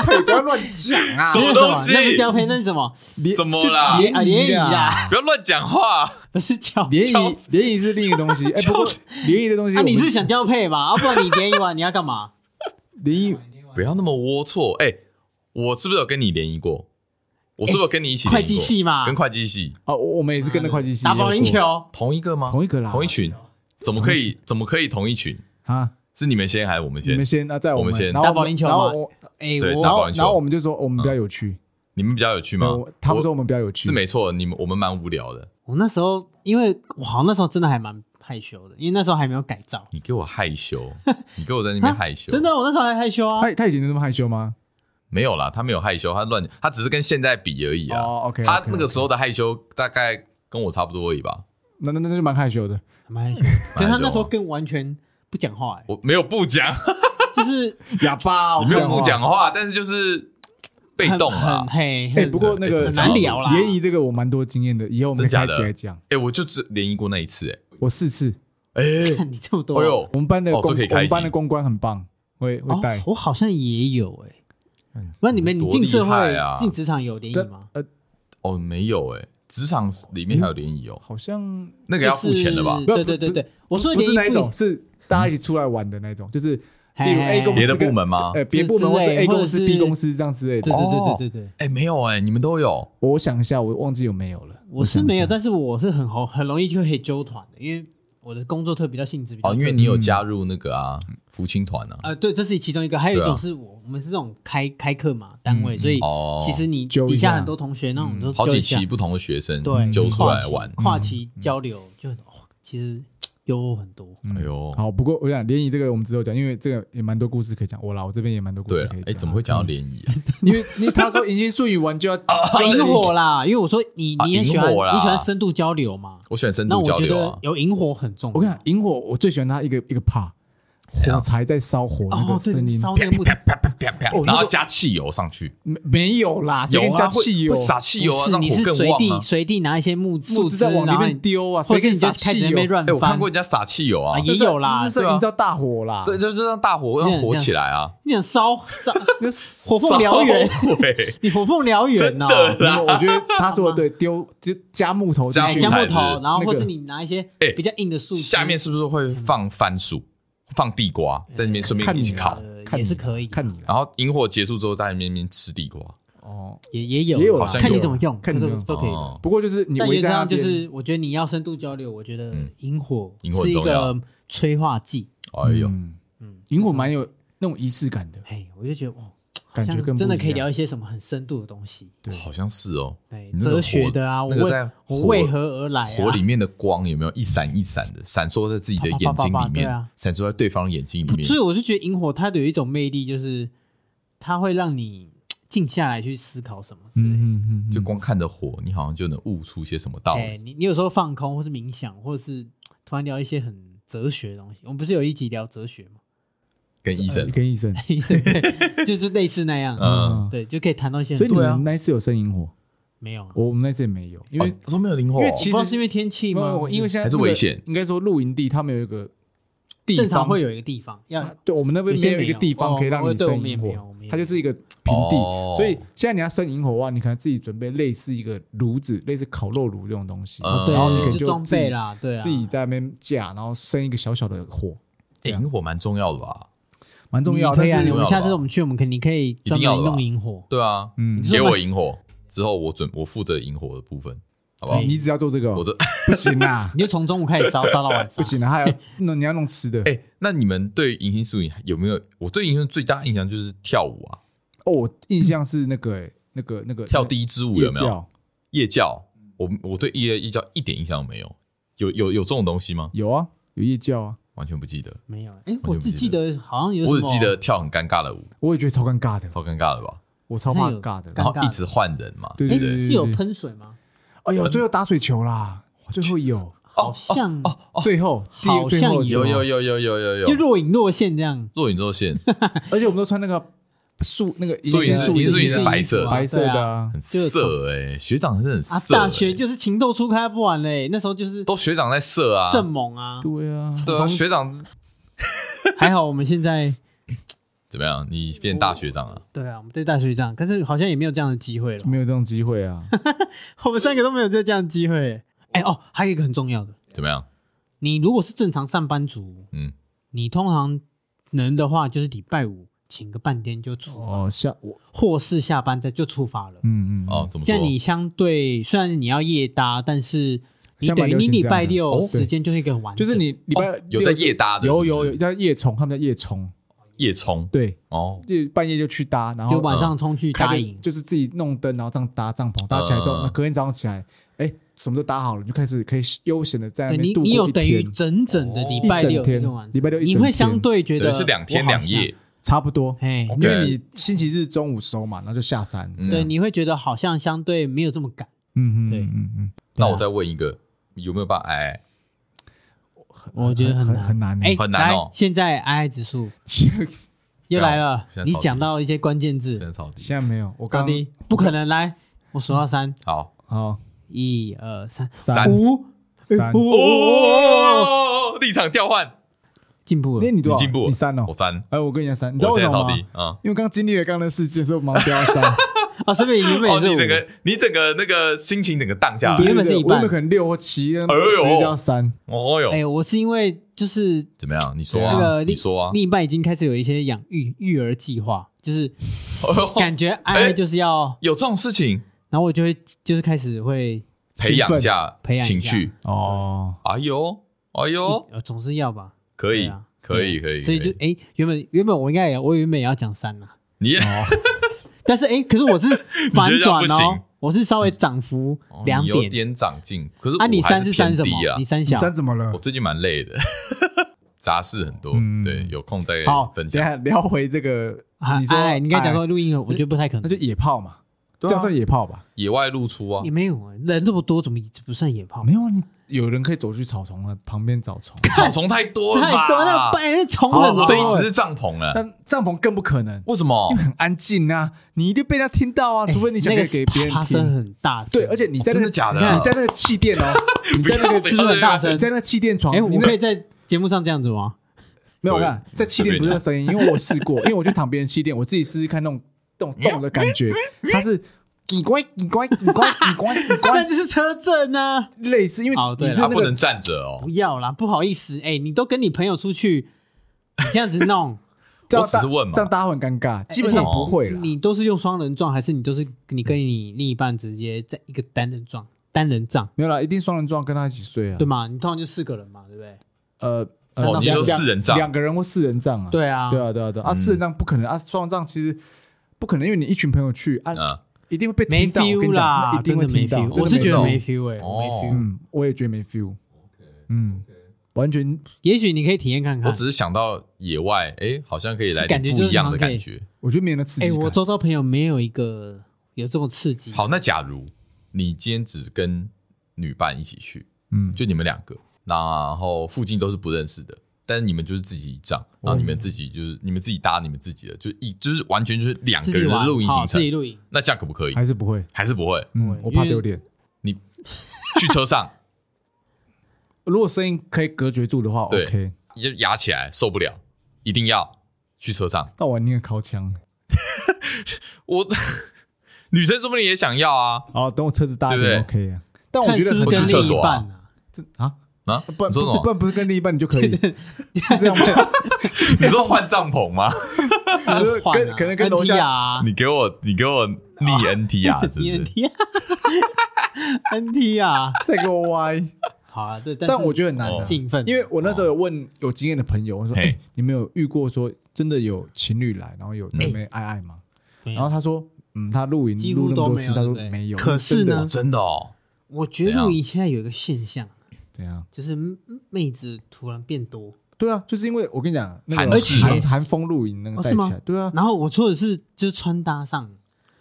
配不要乱讲 啊，什么那是东西那不是交配，那是什么？联怎么就啦联啊谊联谊啦，不要乱讲话，不是交联交谊联谊是另一个东西，哎，不过联谊的东西啊，我们，你是想交配吧？啊， 不然你联谊完你要 干嘛？联谊 不要那么龌龊。哎，我是不是有跟你联谊过？我是不是有跟你一起联谊过会计系嘛跟会计系哦，我我们也是跟嗯着会计系打保龄球，同一个吗？同一个啦同一群？怎么可以？怎么可以同一群？啊，是你们先还是我们你先们？先，那在我们先然后打保龄球然后嘛我哎，对然打保我后龄球然后我们就说我们比较有趣，你们比较有趣吗对我？他们说我们比较有趣，是没错，你们我们蛮无聊的。我那时候因为我好像那时候真的还蛮害羞的，因为那时候还没有改造，你给我害羞，你给我在那边害羞，真的，我那时候还害羞啊，他他以前就这么害羞吗？没有啦，他没有害羞，他乱，他只是跟现在比而已啊。哦，OK，他那个时候的害羞大概跟我差不多而已吧。那那那就蛮害羞的， 蛮害羞。啊可是他那时候更完全不讲话、欸，我没有不讲，就是哑巴、哦，没有话不讲话，但是就是被动啊很。嘿，哎、很不过那对 个很难聊啦。联谊这个我蛮多经验的，以后我们真假可以的一起来讲。哎，我就只联谊过那一次，哎我四次，哎，哎看 你这么多，啊呦我，们班的哦公、这可以我开们心班的公关很棒，会会哦带、，我好像也有哎、嗯那你们你多进社厉会害、啊进职场有联谊吗？哦，没有哎，职场里面还有联谊哦，好像那个要付钱的吧就是？不对对对对，我说的不是那联谊一种，是嗯大家一起出来玩的那种，就是嘿例如 A 公别司的跟部门吗？呃别部门之或类是 A 公或者司、是 B 公司这样之类对的。对哦对对对对，哎，没有哎，你们都有我想一下，我忘记有没有了。我是没有，想一下但是我是很好很容易就可以揪团的，因为我的工作特比较性质比较哦，特因别。为你有加入那个啊福清团啊。呃，对，这是其中一个，还有一对啊种是我、我们是这种开开课嘛单位，所以哦，嗯其实你揪一底下下很多同学那种都好揪几一下期不同的学生对揪出跨来期玩，嗯跨期交流就很、哦、其实有很 多。哎呦，好，不过我想联谊这个我们之后讲，因为这个也蛮多故事可以讲。我啦，我这边也蛮多故对事了可以，哎，讲。怎么会讲到联谊啊？嗯因为 因为他说迎新术语完就 要啊，萤火啦，因为我说你啊你也喜欢、萤火啦你喜欢深度交流嘛，我选深那度我交觉流得啊，有萤火很重要。我跟你讲，萤火我最喜欢它一个一个怕，怎样火柴在烧火那哦个，对森，林，烧啪那个木头啪啪啪啪啪哦，那个然后加汽油上去，没没有啦，有谁给你啊，加会汽油，会撒汽油啊，不是让你火是更随旺地啊。随地拿一些木木树枝枝在往里然后你面丢啊，或谁者给你就撒开始汽在那油边？乱哎，我看翻过。人家撒汽油啊啊，也有啦这是对啊营造大火啦，对，就是让大火啊有让点火像起来啊，你很烧烧，那火凤 燎原，对，你火凤燎原哦。真然后我觉得他说的对，丢就加木头进啊加去加材木质头，然后那或个是你拿一些哎比较硬的树枝，下面是不是会放番薯、放地瓜嗯在那边顺便看一你起啦烤？呃看也你是啦可以，看你了啊然后萤火结束之后，在那边那边吃地瓜，哦。也也有也有啦啦看你怎么用，看你都怎么用都可以的。哦不过就是你但围原则在那上就边，是，我觉得你要深度交流，我觉得嗯萤火萤火是一重要个催化剂。哎呦，嗯嗯，萤火蛮有那种仪式感的哎，我就觉得哇，好感觉像，更不真的一可以样聊一些什么很深度的东西，对好像是哦，对你那个哲学火的啊，我那个在为我火为何而来啊？火里面的光有没有一闪一闪的，闪烁在自己的啪啪眼啪睛啪里面对啊，闪烁在对方眼睛里面所。以我就觉得萤火它有一种魅力，就是它会让你静下来去思考什么之类的。嗯嗯嗯，就光看着火，你好像就能悟出些什么道哎、理。你你有时候放空，或是冥想，或者是突然聊一些很哲学的东西。我们不是有一集聊哲学 吗？跟医生呃，跟医 生，对就是类似那样，嗯，对，就可以谈到一些很。所以你对啊们那一次有生萤火，没有啊，我我们那次也没有，因因为为说没有灵火，因为我其不知道是因为天气没吗？有，因为现在哦还是那个危险应该说露营地他们有一个地正常方会有一个地方要啊 对我们那边有些没有一没个有地哦方可以让我你对我生们也萤没有我火们也，它就是一个平地。哦所以现在你要生萤火的话，你可能自己准备类似一个炉子，类似烤肉炉这种东西，嗯对，然后你可就能是装自己备啦，对啊，自己在那边架，然后生一个小小的火，哎萤火蛮重要的吧？蛮重要。你可但以啊，是我重们要下次吧我们去，我们可你可以专定要门的吧弄萤火，对啊，嗯你，给说我萤火之后，我准我负责萤火的部分，好不好可？以你只要做这个哦，我这 不行啊 。你，就从中午开始 烧，烧到晚上。不行啊，还要弄你要弄吃的哎，那你们对迎新树影有没有？我对迎新最大印象就是跳舞啊，哦，我印象是那个哎那个那个跳第一支舞夜有没有？教夜教，我我对夜夜教一点印象都没有，有有有这种东西吗？有啊，有夜教啊，完全不记得，没有，哎，我我就不只记记得得好像有什么，我只记得跳很尴尬的舞，我也觉得超尴尬的，超尴尬的吧？我超好怕像有尬的。然后尴尬一直换人嘛，对哎对对，是有对喷水吗？哎呦，最后打水球啦，最后有，好哦像哦最后第好最像后的时有候有，有有有有就有，若隐若现这样。若隐若 现，而且我们都穿那个素那个银所以杏是树银叶杏树的也是白色的，白色的对啊，很就是色哎，学长是很啊，色欸，大学就是情窦初开不完嘞，那时候就是都学长在色啊，正猛啊。对啊，对啊，学长还好我们现 在怎么样？你变大学长了？对啊，我们对大学这样，可是好像也没有这样的机会了。没有这种机会啊，我们三个都没有这样的机会。哎哦，还有一个很重要的，怎么样？你如果是正常上班族，嗯，你通常能的话就是礼拜五请个半天就出发，哦，下我或是下班再就出发了。嗯嗯哦，，怎么这说样？你相对虽然你要夜搭，但是你现在等蛮于流你行礼这样拜的六哦对时间就是一个很完整，就是你礼拜哦六有在夜搭的是不有是有有叫夜虫，他们叫夜虫，夜冲对，哦，就半夜就去搭，然就后呃晚上冲去开搭着营，就是自己弄灯，然后这样搭帐篷，搭起来之后，嗯那隔天早上起来，哎，什么都搭好了，你就开始可以悠闲的在对那你边度你过有一等于天。哦整整的礼拜六一整天一个晚上礼拜六一整你天会相对觉对，得是两天我好像两夜，差不多，哎，因为你星期日中午收嘛，然后就下山。嗯对，你会觉得好像相对没有这么赶。嗯嗯，对嗯嗯那我再问一个，有没有办法哎？嗯，我觉得很很难很难欸 哎，很难哦来现在 I I 指数又对啊来了现在，你超低讲到一些关真键字，的超低。现在没有，我高刚低不可能来，我数到三，好，好一二三，三五哎三五哦，哦，立场调换，进步那了。你多你少？进步了，你三哦我。三，哎，我跟你讲三，你知道我为现什在么超吗？低啊。因为刚经历了刚刚的事件，所以我盲标 三。啊，顺便原本哦，也是你整五，个你整个那个心情整个荡下你来。原本是一半我原本可能六或七，哎呦直接到三。哦哟，哎，我是因为就是怎么样？你说那啊，个你另说啊。另一半已经开始有一些养育育儿计划，就是哦哟感觉 I 哎 I 就是要，有这种事情，然后我就会就是开始会培养一下培养一下情绪。哦，哎呦，哎呦，呃总是要吧，可以对啊，可以，可以。所以就可哎原本原本我应该也我原本也要讲三啦。你但是哎、诶可是我是 反你觉得这样转不哦行，我是稍微涨幅哦你两有点。点长进，可是啊，你我还三是三偏什么低？啊你。三你小三怎么了我？最近蛮累的， 杂事很多嗯，对，有空再好，等分一享。下聊回这个，啊你？说哎，你刚才讲哎说录音了，我觉得不太可那能就。野炮嘛，这对啊样算野炮吧？野外露出啊也，没有啊，人这么多，怎么不算野炮？没有啊，你有人可以走去草丛了，旁边找虫。草丛太多了吧，哦太多了，本人虫很好对，好多只。是帐篷了。但帐篷更不可能，为什么？很安静啊，你一定被他听到啊，哎除非你想那给个给别人啪啪声听。很大声，对，而且你在哦真那的假的你看你在那个气垫 哦，你在那个不啊气要是不是很大声你？在那个气垫床，哎，你我那可以在节目上这样子吗？没有我看在气垫不是那声音，因为我试过，因为我去躺别人气垫，我自己试试看那种动动的感嗯觉，它是叽乖叽乖叽乖叽乖叽那乖，就是车震啊！ 类似因为哦对你啦是他那个不能站着哦不，要啦，不好意思，哎，你都跟你朋友出去，你这样子 弄，这样我只是大问嘛哎这样大家会很尴尬，基本上不会了。你都是用双人撞，还是你都是你跟你另一半直接在一个单人撞、单人帐，没有啦，一定双人撞跟他一起睡啊对，吗？你通常就四个人嘛，对不对？呃，哦呃你两说两四人帐两个人或四人帐啊，对啊，对啊，对啊，对啊，啊嗯四人帐不可能啊，双人帐其实不可能，因为你一群朋友去啊，嗯，一定会被没听到，我跟 feel 你讲，啦，那一定真会的听没到， feel。真的我是觉得到没 feel 哎，我没哦 feel。嗯，我也觉得没 feel，嗯，完全也许你可以体验看我看。只是想到野外，哎，好像可以来感点觉不就是一样的好像可以感觉。我觉得没有那刺激哎，感。我周遭朋友没有一个有这么刺激。好，那假如你今天只跟女伴一起去，嗯，就你们两个，然后附近都是不认识的，但是你们就是自己一仗，哦然后你们自己就是你们自己搭你们自己的，就一就是完全就是两自个己人的玩露营好行自己程，露营。那这样可不可以？还是不会，还是不会嗯会，我因怕为丢脸。去车上 如果声音可以隔绝住的话对，OK，就压起来受不了，一定要去车上。那我宁愿靠枪。我 女生说不定也想要啊好，等我车子大一对点不 OK 啊。但我看觉是得不是很我跟去厕另一所啊半啊？这啊，啊！不你说什不么？不不是跟另一半你就 可以，是这样吗？你说换帐篷吗？就是跟可能跟楼下下 你给我你给我逆 NT 啊， 是不是？ NT 啊 ，NT 啊，再给我歪。好啊，对，但是我觉得很难啊哦兴奋，因为我那时候有问有经验的朋友，我说：“嘿哎，你们有遇过说真的有情侣来，然后有在那边爱爱吗？”没有然后他说：“嗯，他露营几录乎那么都多没次，有他说对不对没有。”可是呢哦真的哦，我觉怎得样露营现在有一个现象，怎样？就是妹子突然变多。啊对啊，就是因为我跟你讲，那个韩系韩韩风露营那个哦带是吗起来，对啊，然后我说的是，就是穿搭上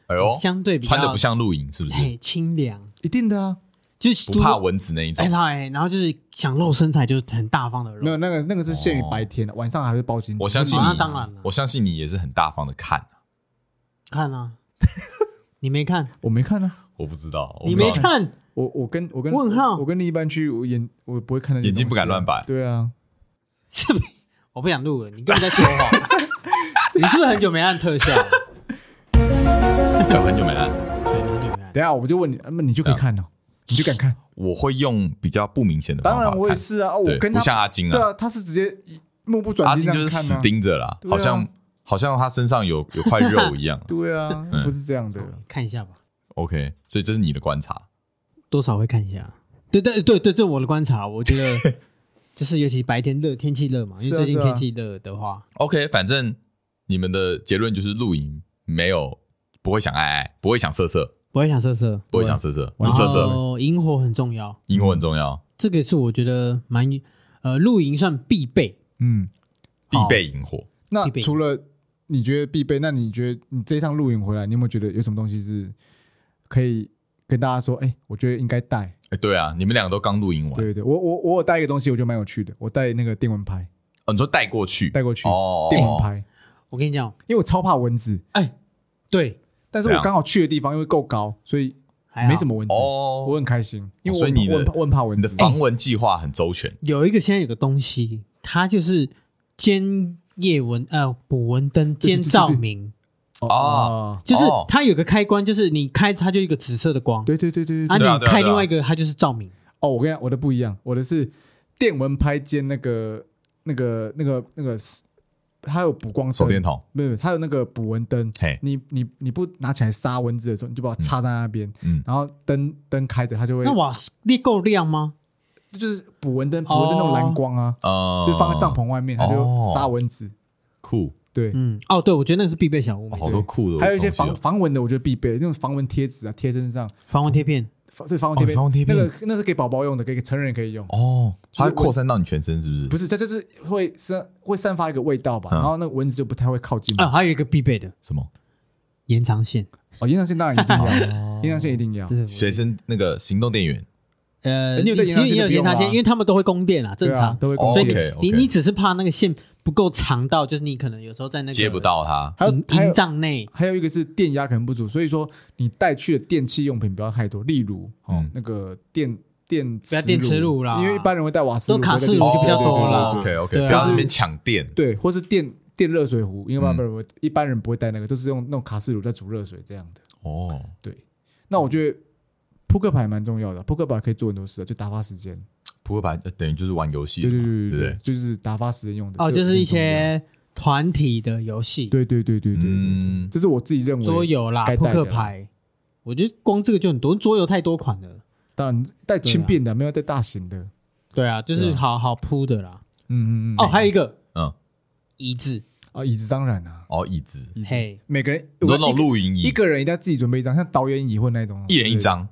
哎呦，相对比较穿的不像露营，是不是？嘿清凉，一定的哦啊。就是不怕蚊子那一种哎，。哎，然后就是想露身材，就是很大方的没有露。那个那个是限于白天的，晚上还会包巾哦我相信那你，当然了我相信你也是很大方的看啊、看啊，你没看，我没看啊，我不知道，我你不知道没，看，我我跟我跟问号我跟另一半去，我眼我不会看那些眼睛不敢东西啊乱摆对啊，是不是？我不想录了，你根本在说谎。 你是不是很久没按特效？啊有很久没按。对，很久没按。等一下我就问你，那你就可以啊看哦，你就敢看？我会用比较不明显的方当法然我也看，是啊，我对，跟不他像阿金对啊，啊，他是直接目不阿转睛金这就是样看死啊，盯着啦，对啊。好像好像他身上有有块肉一样 对啊，嗯不是这样的，看一下吧， OK，所以这是你的观察，多少会看一下。对对对对，这我的观察，我觉 得就是尤其白天热，天气热嘛，因是为啊最近是啊天气热的话， OK，反正你们的结论就是露营没有不会想爱爱，不会想色色，不会想色色，不会想色色，不不会色然色，后萤火很重要，英文很重要，这个是我觉得蛮呃露营算必备，嗯，必好备萤火。那必备除了你觉得必备，那你觉得你这一趟露营回来，你有没有觉得有什么东西是可以跟大家说？哎、我觉得应该带。哎，对啊，你们两个都刚露营完，对对对，我我我有带一个东西，我觉得蛮有趣的，我带那个电蚊拍，哦，你说带过去，带过去哦，电蚊拍，我跟你讲，因为我超怕蚊子，哎，对，但是怎我样刚好去的地方因为够高，所以还好没什。么蚊子，啊哦，我很开心，因为我所以很你我的很怕我很怕蚊你的子。防蚊计划很周全，有一个现在有个东西，它就是尖叶蚊呃捕蚊灯对对尖对对照明，哦，就是哦它有个开关，就是你开它就一个紫色的光，对对对对对啊对。对啊你对啊开对啊另外一个它就是照明，哦，我跟你讲，我的不一样，我的是电蚊拍兼那个那个那个那个，它有补光手灯电，筒，没有，没有它有那个捕蚊灯。嘿，你你你不拿起来杀蚊子的时候，你就把它插在那边，嗯然后灯灯开着，它就会那，哦瓦斯力够亮吗？就是捕蚊灯，捕蚊灯那种蓝光啊，呃，就放在帐，篷外面，它就哦杀蚊子。酷，对，嗯，哦，对，我觉得那个是必备小物哦嘛，好多酷的东西哦，还有一些防防蚊的，我觉得必备，那种防蚊贴纸啊，贴身上，防蚊贴片，防对防蚊贴片，哦防蚊贴片那个那是给宝宝用的，给给成人也可以用。哦，它就是会我扩散到你全身，是不是？不是，它就是会散会散发一个味道吧，嗯然后那个蚊子就不太会靠近你。啊，还有一个必备的什么？延长线，哦，延长线当然一 定要，哦延长线一定要这。是我随身那个行动电源，呃，你有带延长线其实也有就不延用长线，啦因为他们都会供电啊，正对啊常，都会攻哦所以击。 OK，你 OK 你只是怕那个线不够长到，就是你可能有时候在那个接不到它，还有营还有营帐内，还有一个是电压可能不足，所以说你带去的电器用品不要太多，例如哦、嗯那个电电不要电磁炉啦因为一般人会带瓦斯炉，都卡式不会炉带就电磁比较多啦对对对对对 OK 对 OK，啊哦不要在那边抢电，对，或是电电热水壶，因为嗯一般人一般人不会带那个，都是用那种卡式炉在煮热水这样的。哦，对，那我觉得扑克牌蛮重要的，扑克牌可以做很多事啊，就打发时间。扑克牌呃等于就是玩游戏对的嘛，对对对不对对，？就是打发时间用的。哦，这就个是一很重要些团体的游戏，对对对对对对对嗯这是我自己认为桌游啦、该扑带的克啦牌，我觉得光这个就很多，桌游太多款了。当然带啊轻便的，没有带大型的。对啊，就对是啊好好铺的啦。嗯嗯嗯。哦，还有一个嗯，椅子，啊，椅子当然啦，哦，椅子，椅子嘿，每个人你说那种我一个露营一椅，个人一定要自己准备一张，像导演椅或那种，一人一，张，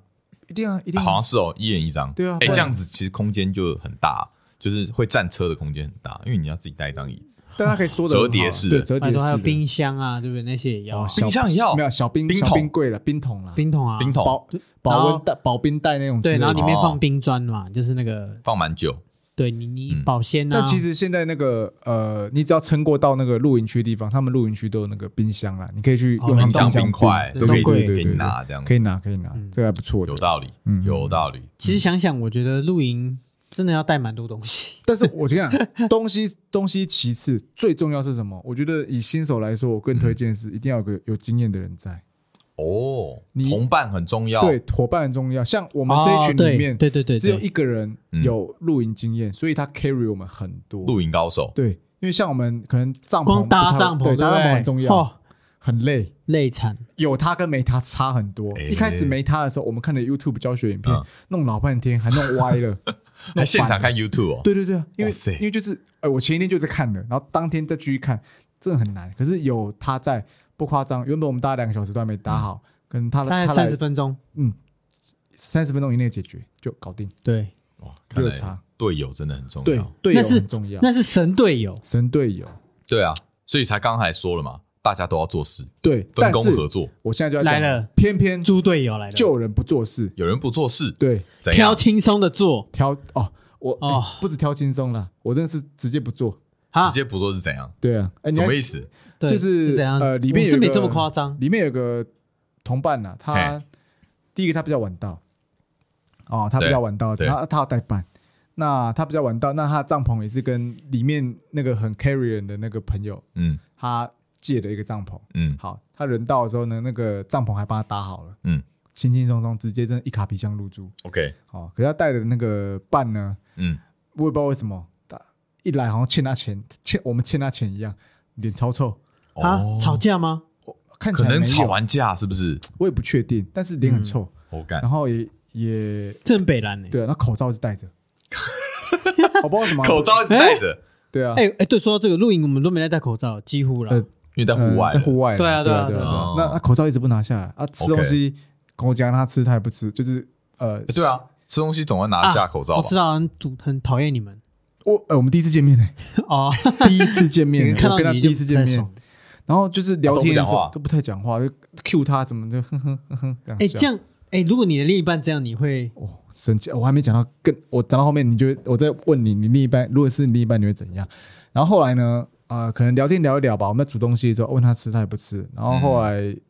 一定啊，一定好啊像。是哦，一人一张，对啊不哎，然这样子其实空间就很大，就是会占车的空间很大，因为你要自己带一张椅子，但它可以缩的折叠式的啊对，折叠拜式托还的。有冰箱啊，对不对？那些也要啊哦，小冰箱也要没有小冰冰小桶冰柜了，冰桶啦，冰桶啊，冰桶保保然后温袋、保冰袋那种之对，类的。然后里面哦放冰砖嘛，就是那个放蛮久，对你你嗯保鲜啊。但其实现在那个呃，你只要撑过到那个露营区的地方，他们露营区都有那个冰箱啦，你可以去哦用冷那冰个箱冰冰块冰都可以对对对给你对对拿，这样可子以拿，可以拿嗯，这个还不错的有。道理嗯，有道理，其实想想，我觉得露营真的要带蛮多东西。但是我跟你讲， 东西东西其次，最重要是什么？我觉得以新手来说，我更推荐的是嗯一定要有个有经验的人在，哦，你同伴很重要，对，伙伴很重要。像我我们这一群里面，哦啊对对对，对只有一个人嗯有露营经验，所以他 carry 我们很多。露营高手，对，因为像我们可能帐篷光搭不太帐篷，对，对不搭帐篷很重对？要，哦，很累。累惨。有他跟没他差很多。哎一开始没他的时候，我们看的 YouTube 教学影片嗯，弄老半天，还弄歪了，还弄现场反了看 YouTube 哦，对对对啊，因为哇塞因为就是，哎，我前一天就在看了，然后当天再继续看，真的很难。可是有他在，不夸张，原本我们搭两个小时都还没嗯搭好，可能他大概他三来嗯十分钟，三十分钟以内解决就搞定。对，哇，看就有来差队友真的很重对要，，队友那是很啊重要，那是神队友，神队友。对啊，所以才刚才说了嘛，大家都要做事，对，分但工是合作，我现在就要来讲了偏偏猪队友来了，就有人不做事，有人不做事，对，怎挑样？轻松的做挑哦，我哦哎不止挑轻松了，我真的是直接不做。啊直，接不做是怎样？对啊，哎，你什还么意思？对就是怎样？呃里面我有是一没个这么夸张，里面有个同伴呐、啊，他嘿第一个他比较晚到，哦，他比对较晚到，对然后他要代办。那他比较晚到，那他的帐篷也是跟里面那个很 carry 人的那个朋友嗯他借的一个帐篷。嗯，好，他人到的时候呢，那个帐篷还帮他搭好了，嗯，轻轻松松，直接真的一卡皮箱入住。 OK，哦，可是他带的那个伴呢，嗯，我也不知道为什么，他一来好像欠他钱，欠我们欠他钱一样，脸超臭，啊，吵架吗？看哦起可来能没吵有，完架是不是？我也不确定，但是脸很嗯臭。我干然，后也也郑北欸兰呢？对啊，那口罩一 直戴着，我不知道什么啊口罩一直戴着，对啊，哎哎，对，说到这个露营，我们都没在戴口罩，几乎了呃。因为在呃户外在了，户外啦，对啊对对啊对对啊那那口罩一直不拿下来啊，吃东西跟我讲他吃，他也不吃，就是呃，对啊，吃东西总要拿啊下口罩我吧知？道，很很讨厌你们 我呃，我们第一次见面呢，哦。第一次见面你呢，看到我跟他你第就一次见不太面，爽然然后就是聊天的时候啊都不太讲话，就 Q 他怎么的，哼哼哼哼，这样哎，笑这样哎，如果你的另一半这样，你会哦，生气！我还没讲到更，我讲到后面，你就会我在问你，你另一半如果是你另一半，你会怎样？然后后来呢？呃，可能聊天聊一聊吧。我们在煮东西的时候，问他吃，他也不吃。然后后来、嗯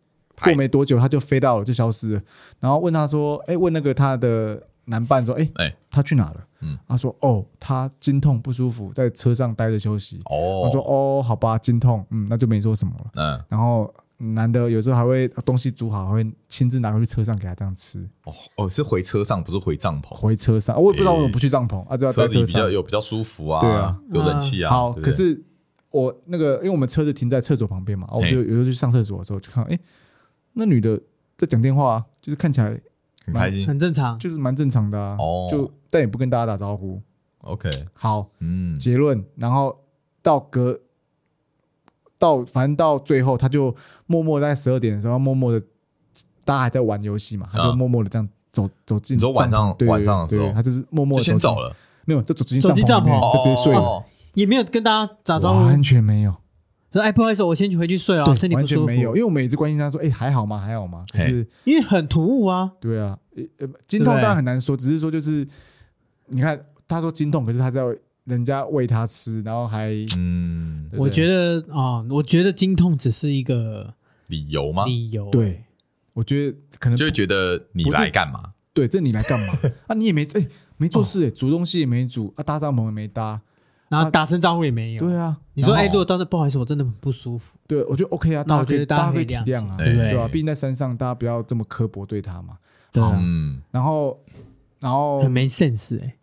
过没多久，他就飞到了，就消失了。然后问他说：“哎，问那个他的男伴说，哎，哎他去哪了？”嗯他说：“哦，他经痛不舒服，在车上待着休息。哦，我说：“哦，好吧，经痛，嗯，那就没说什么了。嗯”然后男的有时候还会东西煮好，还会亲自拿回去车上给他这样吃。哦哦是回车上，不是回帐篷，回车上，我也不知道为什么不去帐篷啊，就要车在子里车比较上。有比较舒服啊，对啊，有冷气啊。好，对不对可是我那个，因为我们车子停在厕所旁边嘛，啊我嘿就有时候去上厕所的时候就看，哎，那女的在讲电话啊，就是看起来很开心很正常。就是蛮正常的啊哦，就但也不跟大家打招呼。 ，OK，好，嗯，结论，然后到隔到反正到最后，他就默默在十二点的时候，默默的大家还在玩游戏嘛，他就嗯默默的这样走走进你说晚上帐篷对晚上的时候对他就是默默就地先进走了，没有，就走进走进帐帐篷里面，篷就直接睡了，哦也没有跟大家打招呼，完全没有，说哎，不好意思，我先回去睡了，身体对，不完全舒服没。有，因为我们也是关心他说，哎，还好吗？还好吗？可嘿是因为很突兀啊，对啊，呃呃，经痛当然很难说，只是说就是，你看他说经痛，可是他在人家喂他吃，然后还，嗯，我觉得得啊、我觉得经痛只是一个理由吗？理由，，对，我觉得可能就会觉得你不是来干嘛？对，这你来干 嘛啊？你也没哎没做哦事，哎煮东西也没煮啊，搭帐篷也没搭，然后打声招呼也没有。对啊，你说啊然后哎，如果当时不好意思，我真的很不舒服，对，我觉得 OK 啊，那大我家可觉以得大大家家可可以以体谅谅解啊，对对吧？毕竟在山上，大家不要这么刻薄对他嘛。对啊，嗯，然后，然后很没 sense 哎、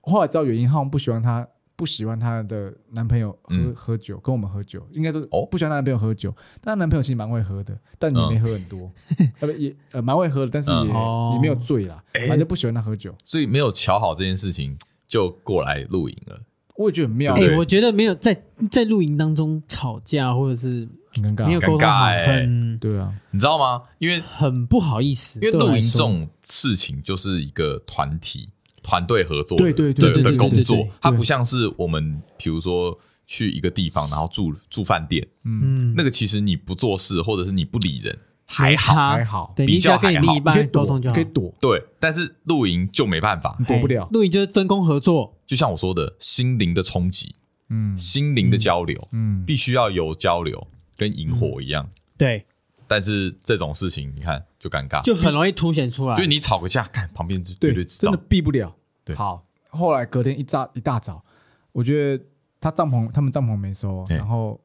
后来知道原因，他们不喜欢她，不喜欢她的男朋友喝、嗯喝酒，跟我们喝酒，应该说哦不喜欢她男朋友喝酒。但她男朋友其实蛮会喝的，但也没喝很 多，呃不也呃蛮会喝的，但是也、嗯哦也没有醉啦，反正不喜欢她喝酒。所以没有瞧好这件事情就过来露营了，我也觉得很妙，哎、对我觉得没有在在露营当中吵架或者是很尴尬。没有尴沟通尬好，欸很对啊，你知道吗？因为很不好意思。因为对我露来营这说种事情就是一个团体、团队合作的对对对的对的对工对作对，它不像是我们比如说去一个地方，然后住住饭店，嗯，嗯，那个其实你不做事或者是你不理人没还好，差还好对，比你只较要跟你还好另一你可以半沟躲通就，好可以，躲，对，但是露营就没办法你。躲不哎了。露营就是分工合作，就像我说的，心灵的冲击、嗯心灵的交流，嗯，必须要有交流，跟萤火一样。对，但是这种事情，你看就尴尬，就很容易凸显出来。就是你吵个架，看旁边就绝啊对，对知真道的。避不了。对好，后来隔天一大一大早，我觉得他帐篷他们帐篷没收，哦哎然后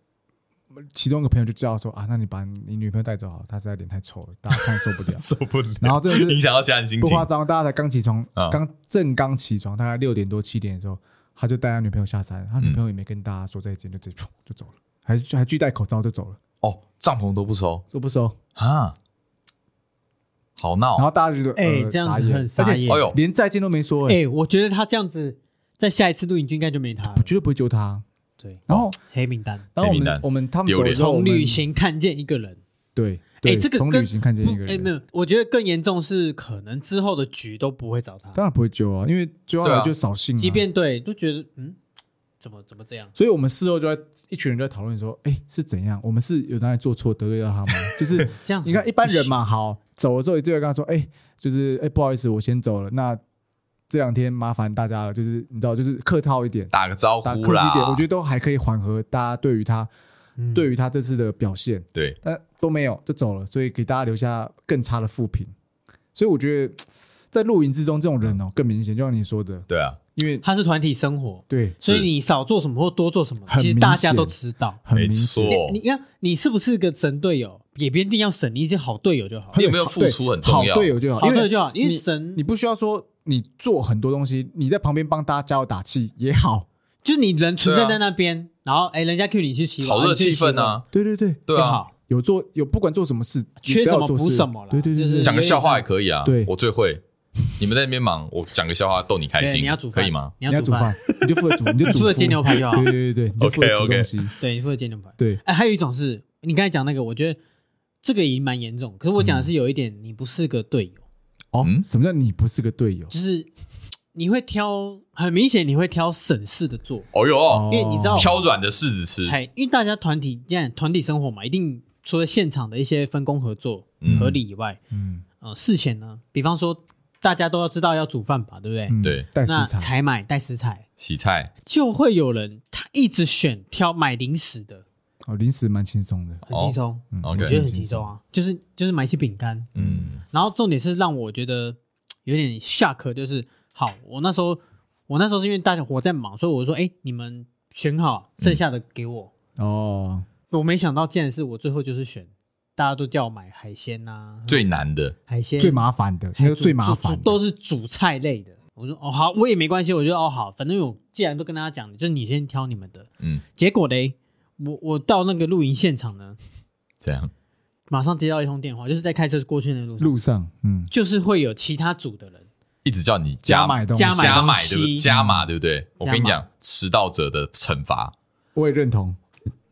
其中一个朋友就叫说啊，那你把你女朋友带走好了，她实在脸太丑了，大家看受不 。了受不了，然后这个是影响到其他人心不情夸，张，大家才刚起床啊，刚正刚起床，大概六点多七点的时候，他就带他女朋友下嗯山，他女朋友也没跟大家说再见，就直接噗就走了，还还拒戴口罩就走了，哦，帐篷都不收说不收。啊，好闹啊然。后大家就觉得哎、呃这样傻子眼，很傻而且眼。哎呦连再见都没说，哎、哎，我觉得他这样子，在下一次露营就应该就没他了。我绝对不会揪他。对，然后黑名单，然后我哦黑名们单我们他们丢走脸的时候，我从们旅行看见一个人。对，哎、对，这个从跟旅行看见一个不哎、人，没有，我觉得更严重是可能之后的局都不会找他，当然不会揪啊，因为揪下对来啊就扫兴、啊。即，便对都觉得嗯，怎么怎么这样？所以我们事后就在一群人就在讨论说，哎、是怎样？我们是有哪里做错得罪到他 吗？就是这样你看一般 人嘛，好走的时候，就会跟他说，哎、就是哎、不好意思，我先走了。那这两天麻烦大家了，就是你知道，就是客套一点，打个招打客呼气啦一，点，我觉得都还可以缓和大家对于他、嗯对于他这次的表现。对，但都没有就走了，所以给大家留下更差的负评。所以我觉得在露营之中，这种人哦更明显，就像你说的，对啊，因为他是团体生活，对所以你少做什么或多做什么，很其实大明家显都知道。很明没显错，哦你看，你是不是个神队友？也不一定要神，你一些好队友就好你，有没有付出很重好要？队友就好，好因队友为就好，因为你神你不需要说你做很多东西，你在旁边帮大家加油打气 也好。就是你人存在对啊在那边，然后哎，人家 cue 你去洗碗，炒热气氛啊啊，对对对，你去洗碗对就啊，好。有做有不管做什么事，缺什么你只要做事补什么啦对对对就对是对，讲个笑话也可以啊，对我最会。你们在那边忙， 我讲个笑话逗你开对，心，你要煮可饭以吗？？你你要要煮煮饭饭，，你就负责煮， 你就你负责煎牛排就好对对对对，你就负责煮 OK，OK 东西。对，你负责煎牛排。对，哎，还有一种是你刚才讲那个，我觉得这个也蛮严重。可是我讲的是有一点，你不是个队友，哦嗯，什么叫你不是个队友？就是你会挑，很明显你会挑省事的做，哦哟，因为你知道挑软的柿子吃，嘿，因为大家团体现在团体生活嘛，一定除了现场的一些分工合作嗯合理以外，嗯，呃，事前呢，比方说大家都要知道要煮饭吧，对不对？嗯对带食那材，采买带食材，洗菜就会有人他一直选挑买零食的，哦，零食蛮轻松的，很轻松，嗯哦我 OK 觉得很轻松啊，就是就是买一些饼干，嗯，然后重点是让我觉得有点下课，就是好，我那时候我那时候是因为大家我在忙，所以我说，哎，你们选好剩下的给我。哦，我没想到竟然是我最后就是选，大家都叫我买海鲜呐、最难的海鲜最麻烦的，那还个煮最麻煮烦煮的，都是主菜类的。我说哦好，我也没关系，我觉得哦好，反正我既然都跟大家讲，就是你先挑你们的。嗯，结果嘞，我我到那个露营现场呢，这样马上接到一通电话，就是在开车过去的路上，路上，嗯，就是会有其他组的人一直叫你加码买东西，加买加东买西对嗯不对？加码对不对？我加码跟你讲，迟到者的惩罚。我也认同。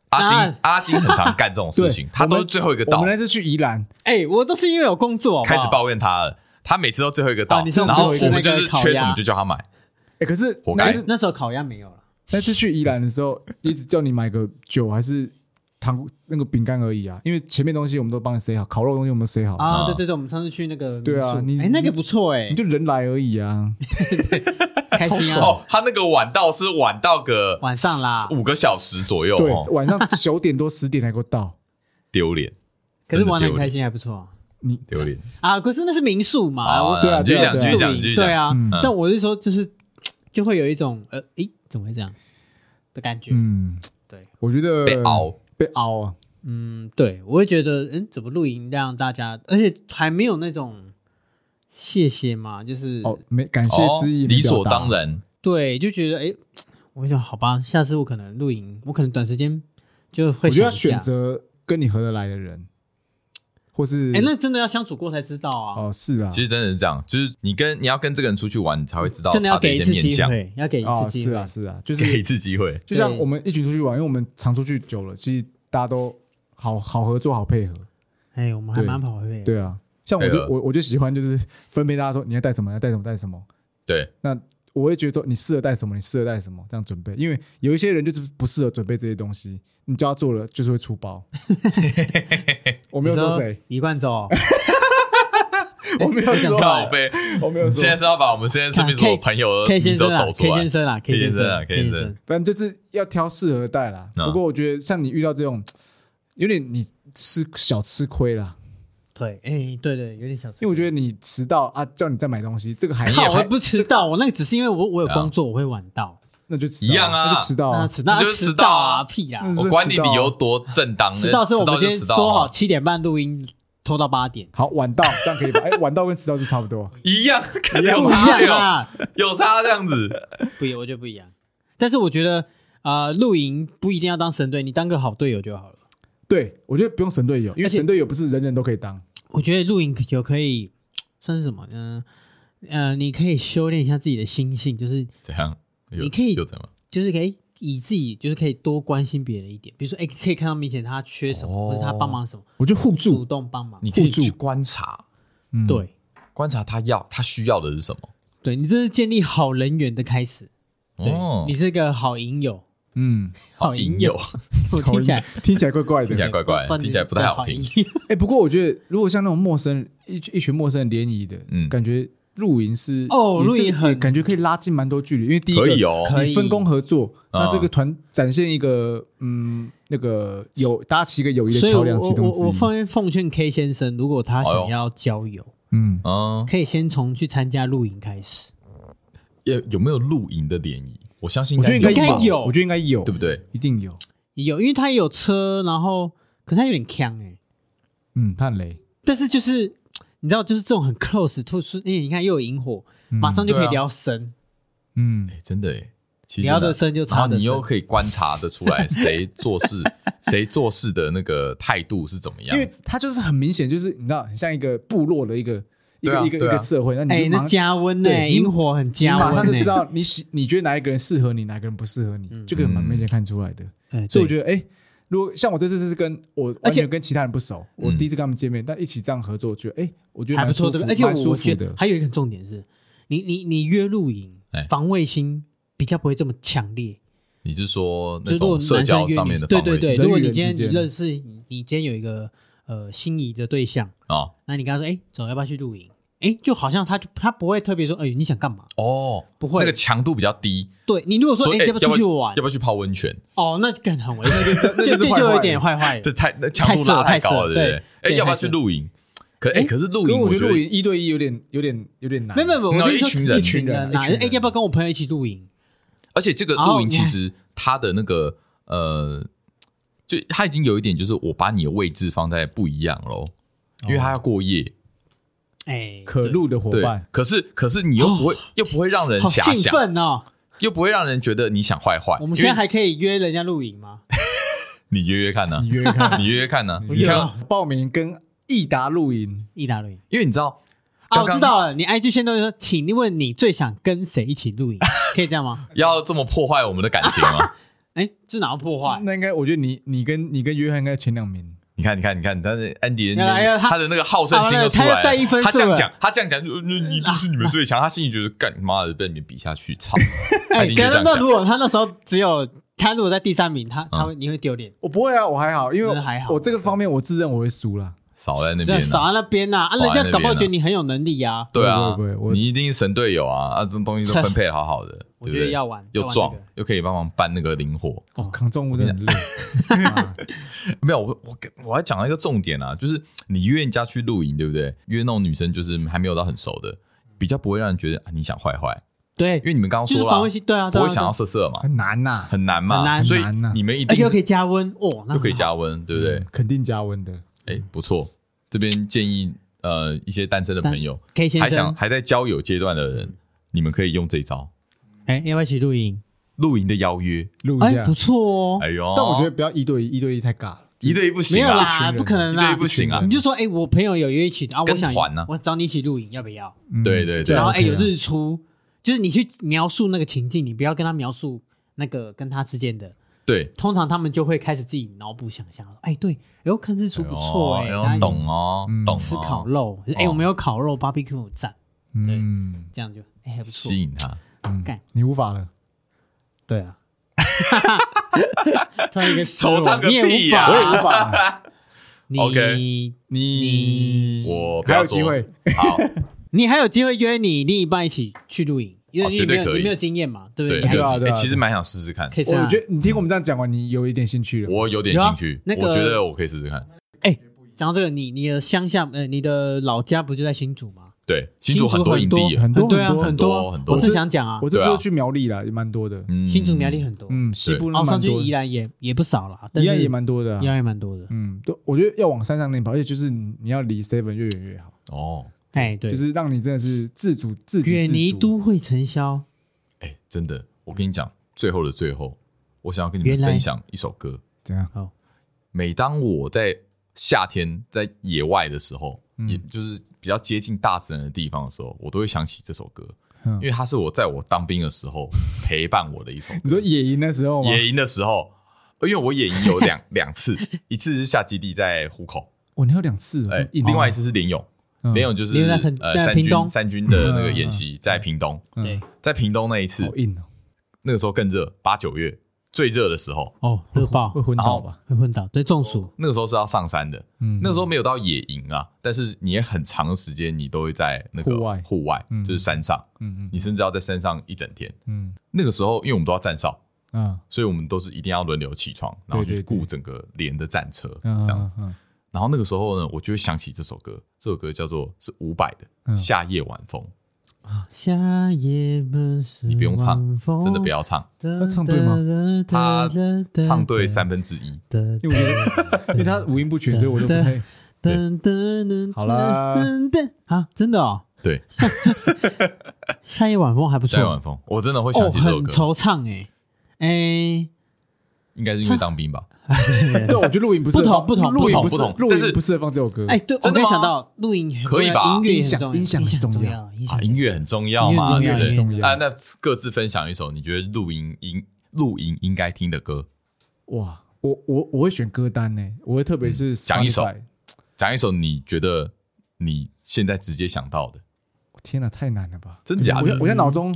阿金啊阿金很常干这种事 情对，他都我是们最后一个我到们，那次去宜兰，哎、我都是因为有工作好不好开始抱怨他了。他每次都最后一个到，哦你是我然们后最后我一个们就是那个烤缺什鸭么就叫他买。哎，可是活该那哎次那时候烤鸭没有了，那次去宜兰的时候，一直叫你买个酒还是糖那个饼干而已啊，因为前面东西我们都帮你塞好，烤肉东西我们都塞好，啊，啊对对对，我们上次去那个民宿对啊你哎、那个不错哎、你就人来而已啊。开心啊，哦，他那个晚到是晚到个晚上啦五个小时左右，对，哦，晚上九点多十点才给我到，丢脸。可是玩的真的很丢开脸，心，还不错啊你丢脸啊。可是那是民宿嘛，我对啊继续讲，继对啊续讲，露营继续讲。对啊嗯，但我是说，就是就会有一种呃，诶，怎么会这样的感觉？嗯，对，我觉得被熬，被熬啊，嗯，对，我会觉得，嗯，怎么露营让大家，而且还没有那种谢谢嘛，就是、哦，没感谢之意哦没理表所达当，然。对，就觉得诶，我想好吧，下次我可能露营，我可能短时间就会我觉得要想一选下。择跟你合得来的人，或是哎、那真的要相处过才知道啊，哦是啊，其实真的是这样，就是你跟你要跟这个人出去玩，你才会知道真的要他给一一些次面机相，会，要给一哦次机是会。啊是啊，就是给一次机会。就像对我们一起出去玩，因为我们常出去久了，其实大家都好好合作、好配合。哎、我们还对蛮跑会的，对啊，像我就配合我我就喜欢就是分配大家说你要带什么，要带什么带什么。对，那我会觉得说你适合带什么，你适合带什么，这样准备。因为有一些人就是不适合准备这些东西，你叫他做了就是会 出包。我没有你说谁，，李冠洲， 我没有你讲出说哎来靠了背，我没有你哦现在说，是要把我们现在身边所有朋友 K 的名先字都生啦抖出，K 来先？生啦，K 先生生啊啦，K ，K 先生生，反正就是要挑适合带啦。嗯不过我觉得像你遇到这种，有点你吃小吃亏啦，对，哎，对对，有点小吃因为我觉得你迟到啊，叫你再买东西，这个还靠，我还不迟到，我那个只是因为我我有啊工作，我会晚到，那就迟一样啊啊，那就迟到那啊。迟那那就是迟迟到到啊啊，屁啦那，是我管你理由多正当，迟到是我们就今天迟到说好啊，七点半录音，拖到 八点，好，晚到这样可以吧？哎，晚到跟迟到就差不多。啊一样，看不有一啊差样有啦，有差这样子， 不一，我觉得不一样，但是我觉得啊，呃露营不一定要当神队，你当个好队友就好了。对，我觉得不用神队友，因为而且神队友不是人人都可以当。我觉得露营有可以算是什么？嗯呃，你可以修炼一下自己的心性，就是怎样？有你可以有怎么？就是可以以自己就是可以多关心别人一点，比如说哎、可以看到明显他缺什么，哦或是他帮忙什么，我觉得互主助，动帮忙。你可以互助去观察，嗯，对观察他要他需要的是什么。对，你这是建立好人缘的开始。对、哦你，是个好营友，嗯，好引营友友，我听起来听起来怪 怪听起来的。怪怪的不然就听是起来不太好听营友。哎，不过我觉得，如果像那种陌生人一一群陌生人联谊的，嗯感觉露营是哦也是露营很感觉可以拉近蛮多距离，因为第一可以个哦，可以你分工合作，啊那这个团展现一个嗯那个友搭起一个 友谊的所以桥我梁其我中我我之一。奉奉劝 K 先生，如果他哎想要交友，嗯，嗯，可以先从去参加露营开始。有有没有露营的联谊？我相信我觉得应该应该应该有我觉得应该有，对不对？一定有。有，因为他也有车，然后可是他有点呛哎、嗯，探雷，但是就是你知道，就是这种很 close，突出，因为你看又有萤火，嗯马上就可对以啊聊神，嗯哎，真的哎，其实聊得呢深就然差后得你又深。可以观察的出 来谁做事，谁做事的那个态度是怎么样因为子。它就是很明显，就是你知道，很像一个部落的一个一对啊个一个一对啊个社会，那哎、你就那马上加温呢、对你萤火很你加马温上就呢、嗯知道你喜你觉得哪一个人适合你，哪一个人不适合你，嗯这个蛮明显看出来的。哎所以对我觉得，哎，如果像我这次是跟我而完且全跟其他人不熟，我嗯第一次跟他们见面，但一起这样合作，我觉得哎，我觉得还蛮不舒错，服对不对？而且蛮舒我服觉得的。还有一个重点是，你你你约露营哎，防卫心比较不会这么强烈。你是说就那是如果种社男生交约上你面的，对对对，性如果你人与今天人之你间认识你你今天有一个呃心仪的对象，啊？那你跟他说，哎，走，要不要去露营？哎，就好像他就他不会特别说，哎，你想干嘛？哦，不会那个强度比较低，对你如果说，所以哎，哎要不要要不出去玩要？不要去泡温泉？哦，那更很 危险，那就就是就坏就有坏一点坏坏这的。太那强度太色拉了太高太色了，对了不对对？哎，对要不要太去色露营？可哎，哎可是露可是营，我觉觉得露营一对一有点有点有点难。没有没有，没有我那就一是说群人一群人呐，一群人哎，要不要跟我朋友一起露营？而且这个然后露营你其还实它的那个呃，就它已经有一点就是我把你的位置放在不一样哦喽，因为它要过夜。哎，可对，录的伙对伴，，可是可是你又不会又不会让人哦好遐兴想，奋哦！又不会让人觉得你想坏坏。我们现在因为还可以约人家露营吗？你约约看呢你，约 约看，你约约看呢，你你约约看，啊看报名跟益达露营，一大露营因为你知道 刚啊，我刚知道了。你 IG 先都说，请问你最想跟谁一起露 营？可以这样吗？要这么破坏我们的感情 吗？哎，这哪要破坏？嗯那应该我觉得你你跟你跟约翰应该前两名。你看，你看，你看，但是安迪的原来那个哎他他的那个好胜心就出来他了。要在意分数他了这样讲，他这样讲，呃一定是你们最强。他心里觉得，干妈的被你们比下去，操！他 哎一，定就可这是样那如想。嗯果他那时候只有他，如果在第三名，他他会你会丢脸，我不会啊，我还好，因为那还好我这个方面我自认我会输啦。少在那这边样少啊，在那边呐，啊，少在那人边啊家搞不好觉得你很有能力呀。对啊不会不会，我你一定是神队友啊！啊，这东西都分配得好好的，对不 我觉得对？要玩，又要玩壮这个，又可以帮忙搬那个灵活。 哦，扛重物真的 很累。啊没有，我我我还讲到一个重点啊，就是你约人家去露营，对不对？约那种女生，就是还没有到很熟的，比较不会让人觉得啊你想坏坏，对因，为你们刚刚就是说防了卫，心，对啊，不对啊会想要色色嘛，很难呐，很难嘛，很难所以很难啊你们一而且定又可是以加温哦，那又可以很好加温，对不对嗯？肯定加温的。哎，不错，这边建议呃一些单身的朋友， K 先还想生，还在交友阶段的人，你们可以用这招哎，要不要一起露营？露营的邀约。录一哎，下不。错哦，哎呦，但我觉得不要一对一，一对一太尬了。一对一不没行有啊，一群啦，人不可能一对啦一，不行啊你，就说，哎，我朋友有约一起，啊，我跟想团啊我找你一起露营，要不要？嗯对对对这然样后 OK 哎、啊有日出，就是你去描述那个情境，你不要跟他描述那个跟他之间的。对，通常他们就会开始自己脑补想象，哎，对，哎呦，看日出不错哎、哎呦哎大家呦，懂哦嗯，懂哦吃烤肉，哎、哦我们有烤肉 barbecue 赞，嗯这样就哎还不错吸。引他。嗯干，你无法了。对啊， 突然一个 失惆怅落，个你也屁无呀我也无 法，法。你 OK 你我不还要有说机会，好，你还有机会约你另一半一起去露营，因哦为你绝对没有可以你没有经验嘛，对不对对？你还对啊哎对啊其实蛮想试试看，可以试我啊觉得你听我们这样讲完，你有一点兴趣了。我有点有啊兴趣，那个我觉得我可以试试看。讲到这个，你你的乡下，呃，你的老家不就在新竹吗？对，新竹很多营很地多耶，很多对啊，很多多很多我正想讲啊，我这对次啊去苗栗了，也蛮多的。嗯新竹苗栗很多，嗯，西部然那后上蛮去多的，哦宜宜兰也也不少啦，但是兰也蛮多的啊。宜兰也蛮多的。嗯，都我觉得要往山上那边跑，而且就是你你要离 seven 越远越好，哦，哎，对，就是让你真的是自主自己远自离足都会尘嚣，哎，真的，我跟你讲，最后的最后，我想要跟你们原来分享一首歌。怎样？每当我在夏天在野外的时候，嗯也就是比较接近大自然的地方的时候，我都会想起这首歌，嗯因为它是我在我当兵的时候 陪伴我的一首歌。你说野营的时哦候吗？野营的时候，因为我野营有 两两次，一次是下基地在湖口，哦，你有两次哦，哎、这么硬另外一次是联勇，嗯联勇就是联勇在很呃在三屏军东三军的那个演习在屏东，嗯对，在屏东那一次好，硬哦，那个时候更热，八九月最热的时候，哦，热爆会昏倒吧？会昏倒，对，中暑，那个时候是要上山的，嗯，那个时候没有到野营啊，但是你也很长的时间你都会在那个户外户外嗯就是山上，嗯，你甚至要在山上一整天。嗯那个时候，因为我们都要站哨，嗯嗯所以我们都是一定要轮流起床，然后去对对对顾整个连的战车嗯，这样子。嗯，然后那个时候呢，我就会想起这首歌，这首歌叫做是伍佰的嗯哦《夏夜晚风》，夏夜门是你不用唱晚风真的不，要唱，他唱对吗？他唱对三分之一。噔因为我觉得 因为他五音不全，所以我就不太噔噔噔，好啦噔噔，好，真的哦，对，夏夜晚风还不夏夜错晚，风，我真的会哦，想起这首很歌，惆怅哎，哎，应该是因为当兵吧。 对，我觉得录影不是不同不同录影不同不是同录但影是不适合放这首歌。哎，，对，我嗯真的没吗有想到露营很重可以要吧音乐也音很响重要，音响音很响重要要，音啊，响音乐很重要嘛，音对乐不很对？重要啊，那各自分享一首你觉得露营应露营应该听的歌，哇，我我我会选歌单呢，我会特别是嗯讲一首 Spotify 讲一首你觉得你现在直接想到的。 天哪，太难了吧？真假的嗯我我在脑中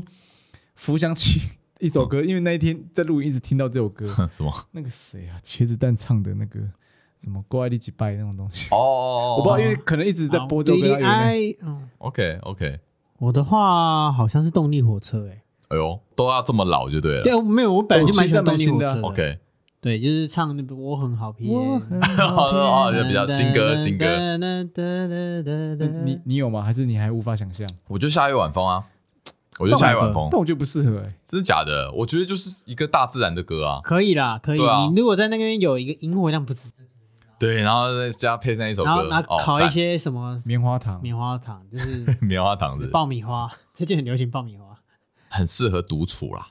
浮想起一首歌，因为那一天在录音一直听到这首歌，什么？那个谁啊，茄子蛋唱的那个什么“过爱你几拜”那种东西， 哦我不知道，因为可能一直啊在播这首歌，它有点爱，嗯， OK OK，我的话好像是动力火车，哎，哎呦，都要这么老就对了。对，没有，我本来就蛮喜欢动力火哦其实车的， OK， 对，就是唱那个我很好皮耶，我很哦，就比较新歌新歌。那歌嗯 你你有吗？还是你还无法想象？我就下一晚风啊，我就下一晚风但，我觉得不适合哎、真的假的？我觉得就是一个大自然的歌啊。可以啦，可以。对啊你如果在那边有一个萤火亮，不是，对，然后再加配上一首歌，然后拿哦烤一赞些什么棉花糖，棉花糖，就是 棉花糖子，爆米花， 最近很流行爆米花。很适合独处啦，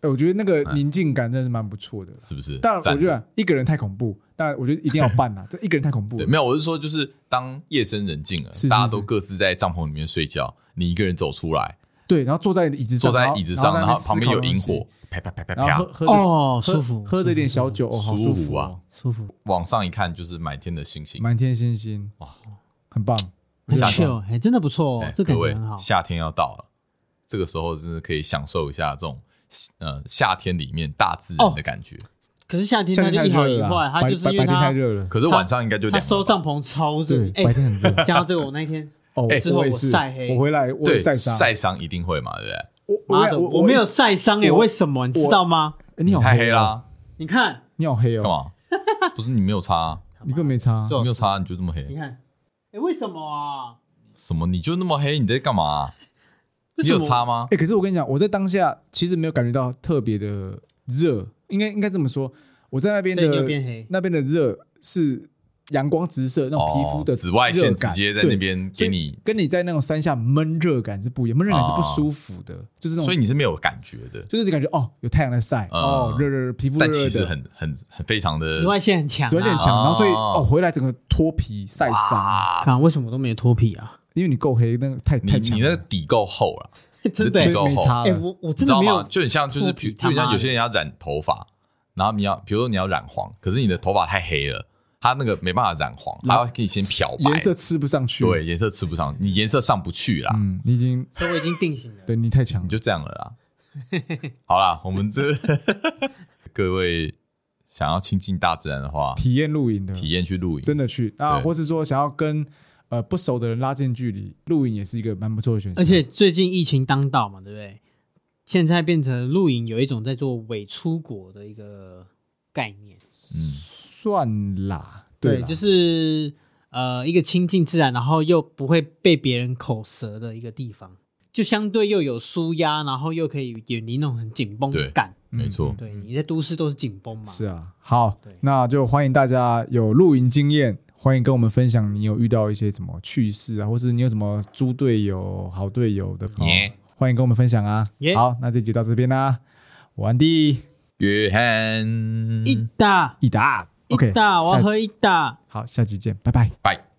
哎、我觉得那嗯个宁静感真的是蛮不错的。是不是？但我赞觉得一个人太恐怖，但我觉得一定要办 啦。这一个人太恐怖对，了，没有，我是说，就是当夜深人静了，是是大家都各自在帐篷里面睡觉，你一个人走出来，对，然后坐在椅子上，坐在然后椅子上，然后在那旁边边有萤思考火，啪啪啪啪东西，然后啪，喝喝着哦，喝舒服，喝着一点小酒，哦，好舒舒服服啊哦，舒服，舒服，往上一看就是满天的星星。满天星星，哇哇，很棒，很下 chill，哎，真的不错哎哦，这感各觉位很好，。夏天要到了，这个时候真的可以享受一下这种呃夏天里面大自哦然的感觉。可是夏天夏它就天太一好热一了坏，啦，它白啊就是白因白为天太它热了，可是晚上应该就它凉了吧。收帐篷超热对，，哎白，天很热。讲到这个，我那一天哦哎，之后我也我是晒黑我回来我对也晒伤，晒伤一定会嘛，对不对？ 我妈的，我没有，晒伤哎，我为什么你知道吗？哎你好太黑哦啦，你看，你好黑干哦，嘛？不是你没有擦 啊，你根本没擦啊，这你没有擦你就这么黑你，看，哎，为什么啊？什么你就那么黑，你在干嘛啊？为你什有么擦吗？哎、可是我跟你讲，我在当下其实没有感觉到特别的热，应该应该这么说，我在那边对，你有的变黑。那边的热是阳光直射那种皮肤的、哦、紫外线直接在那，边所给以你，跟你在那种山下闷热感是不一样，闷热感是不舒服的，就是那种，所以你是没有感觉的，就是感觉哦，有太阳在晒，嗯哦，热热热，皮肤热但热其的，实很很很非常的紫外线很强、啊，呃紫外线很强，然后所以哦哦，回来整个脱皮晒伤，啊，看为什么都没有脱皮啊？ 因为你够黑，那个太你太强你了，那哦个底够厚了，真的、你欸的，够对没厚差哎、了，我我你真知的道没吗？有，就很像就是脱皮比就他很妈像有的些人要染头发，然后你要比如说你要染黄，可是你的头发太黑了，它那个没办法染黄，它要给你先漂白，颜色吃不上去，，对颜色吃不上，你颜色上不去啦，嗯，你已经所以我已经定型了。对你太强你了，就这样了啦。好啦，我们 这各位想要亲近大自然的话，体验露营的体验去露营，真的去啊，对或是说想要跟呃不熟的人拉近距离，露营也是一个蛮不错的选项。而且最近疫情当道嘛，对不对？现在变成露营有一种在做伪出国的一个概念，嗯。算啦，啦就。是呃一个亲近自然，然后又不会被别人口舌的一个地方，就相对又有舒压，然后又可以远离那种很紧绷对感。没嗯错，对，你在都市都是紧绷嘛，是啊，好对，那就欢迎大家有露营经验，欢迎跟我们分享你有遇到一些什么趣事啊，或是你有什么猪队友、好队友的朋友 Yeah 欢迎跟我们分享啊。 Yeah 好，那这集就到这边啦，我安迪、约翰，一打益达一，OK，打，我要下喝一打。好，下集见，拜拜。拜。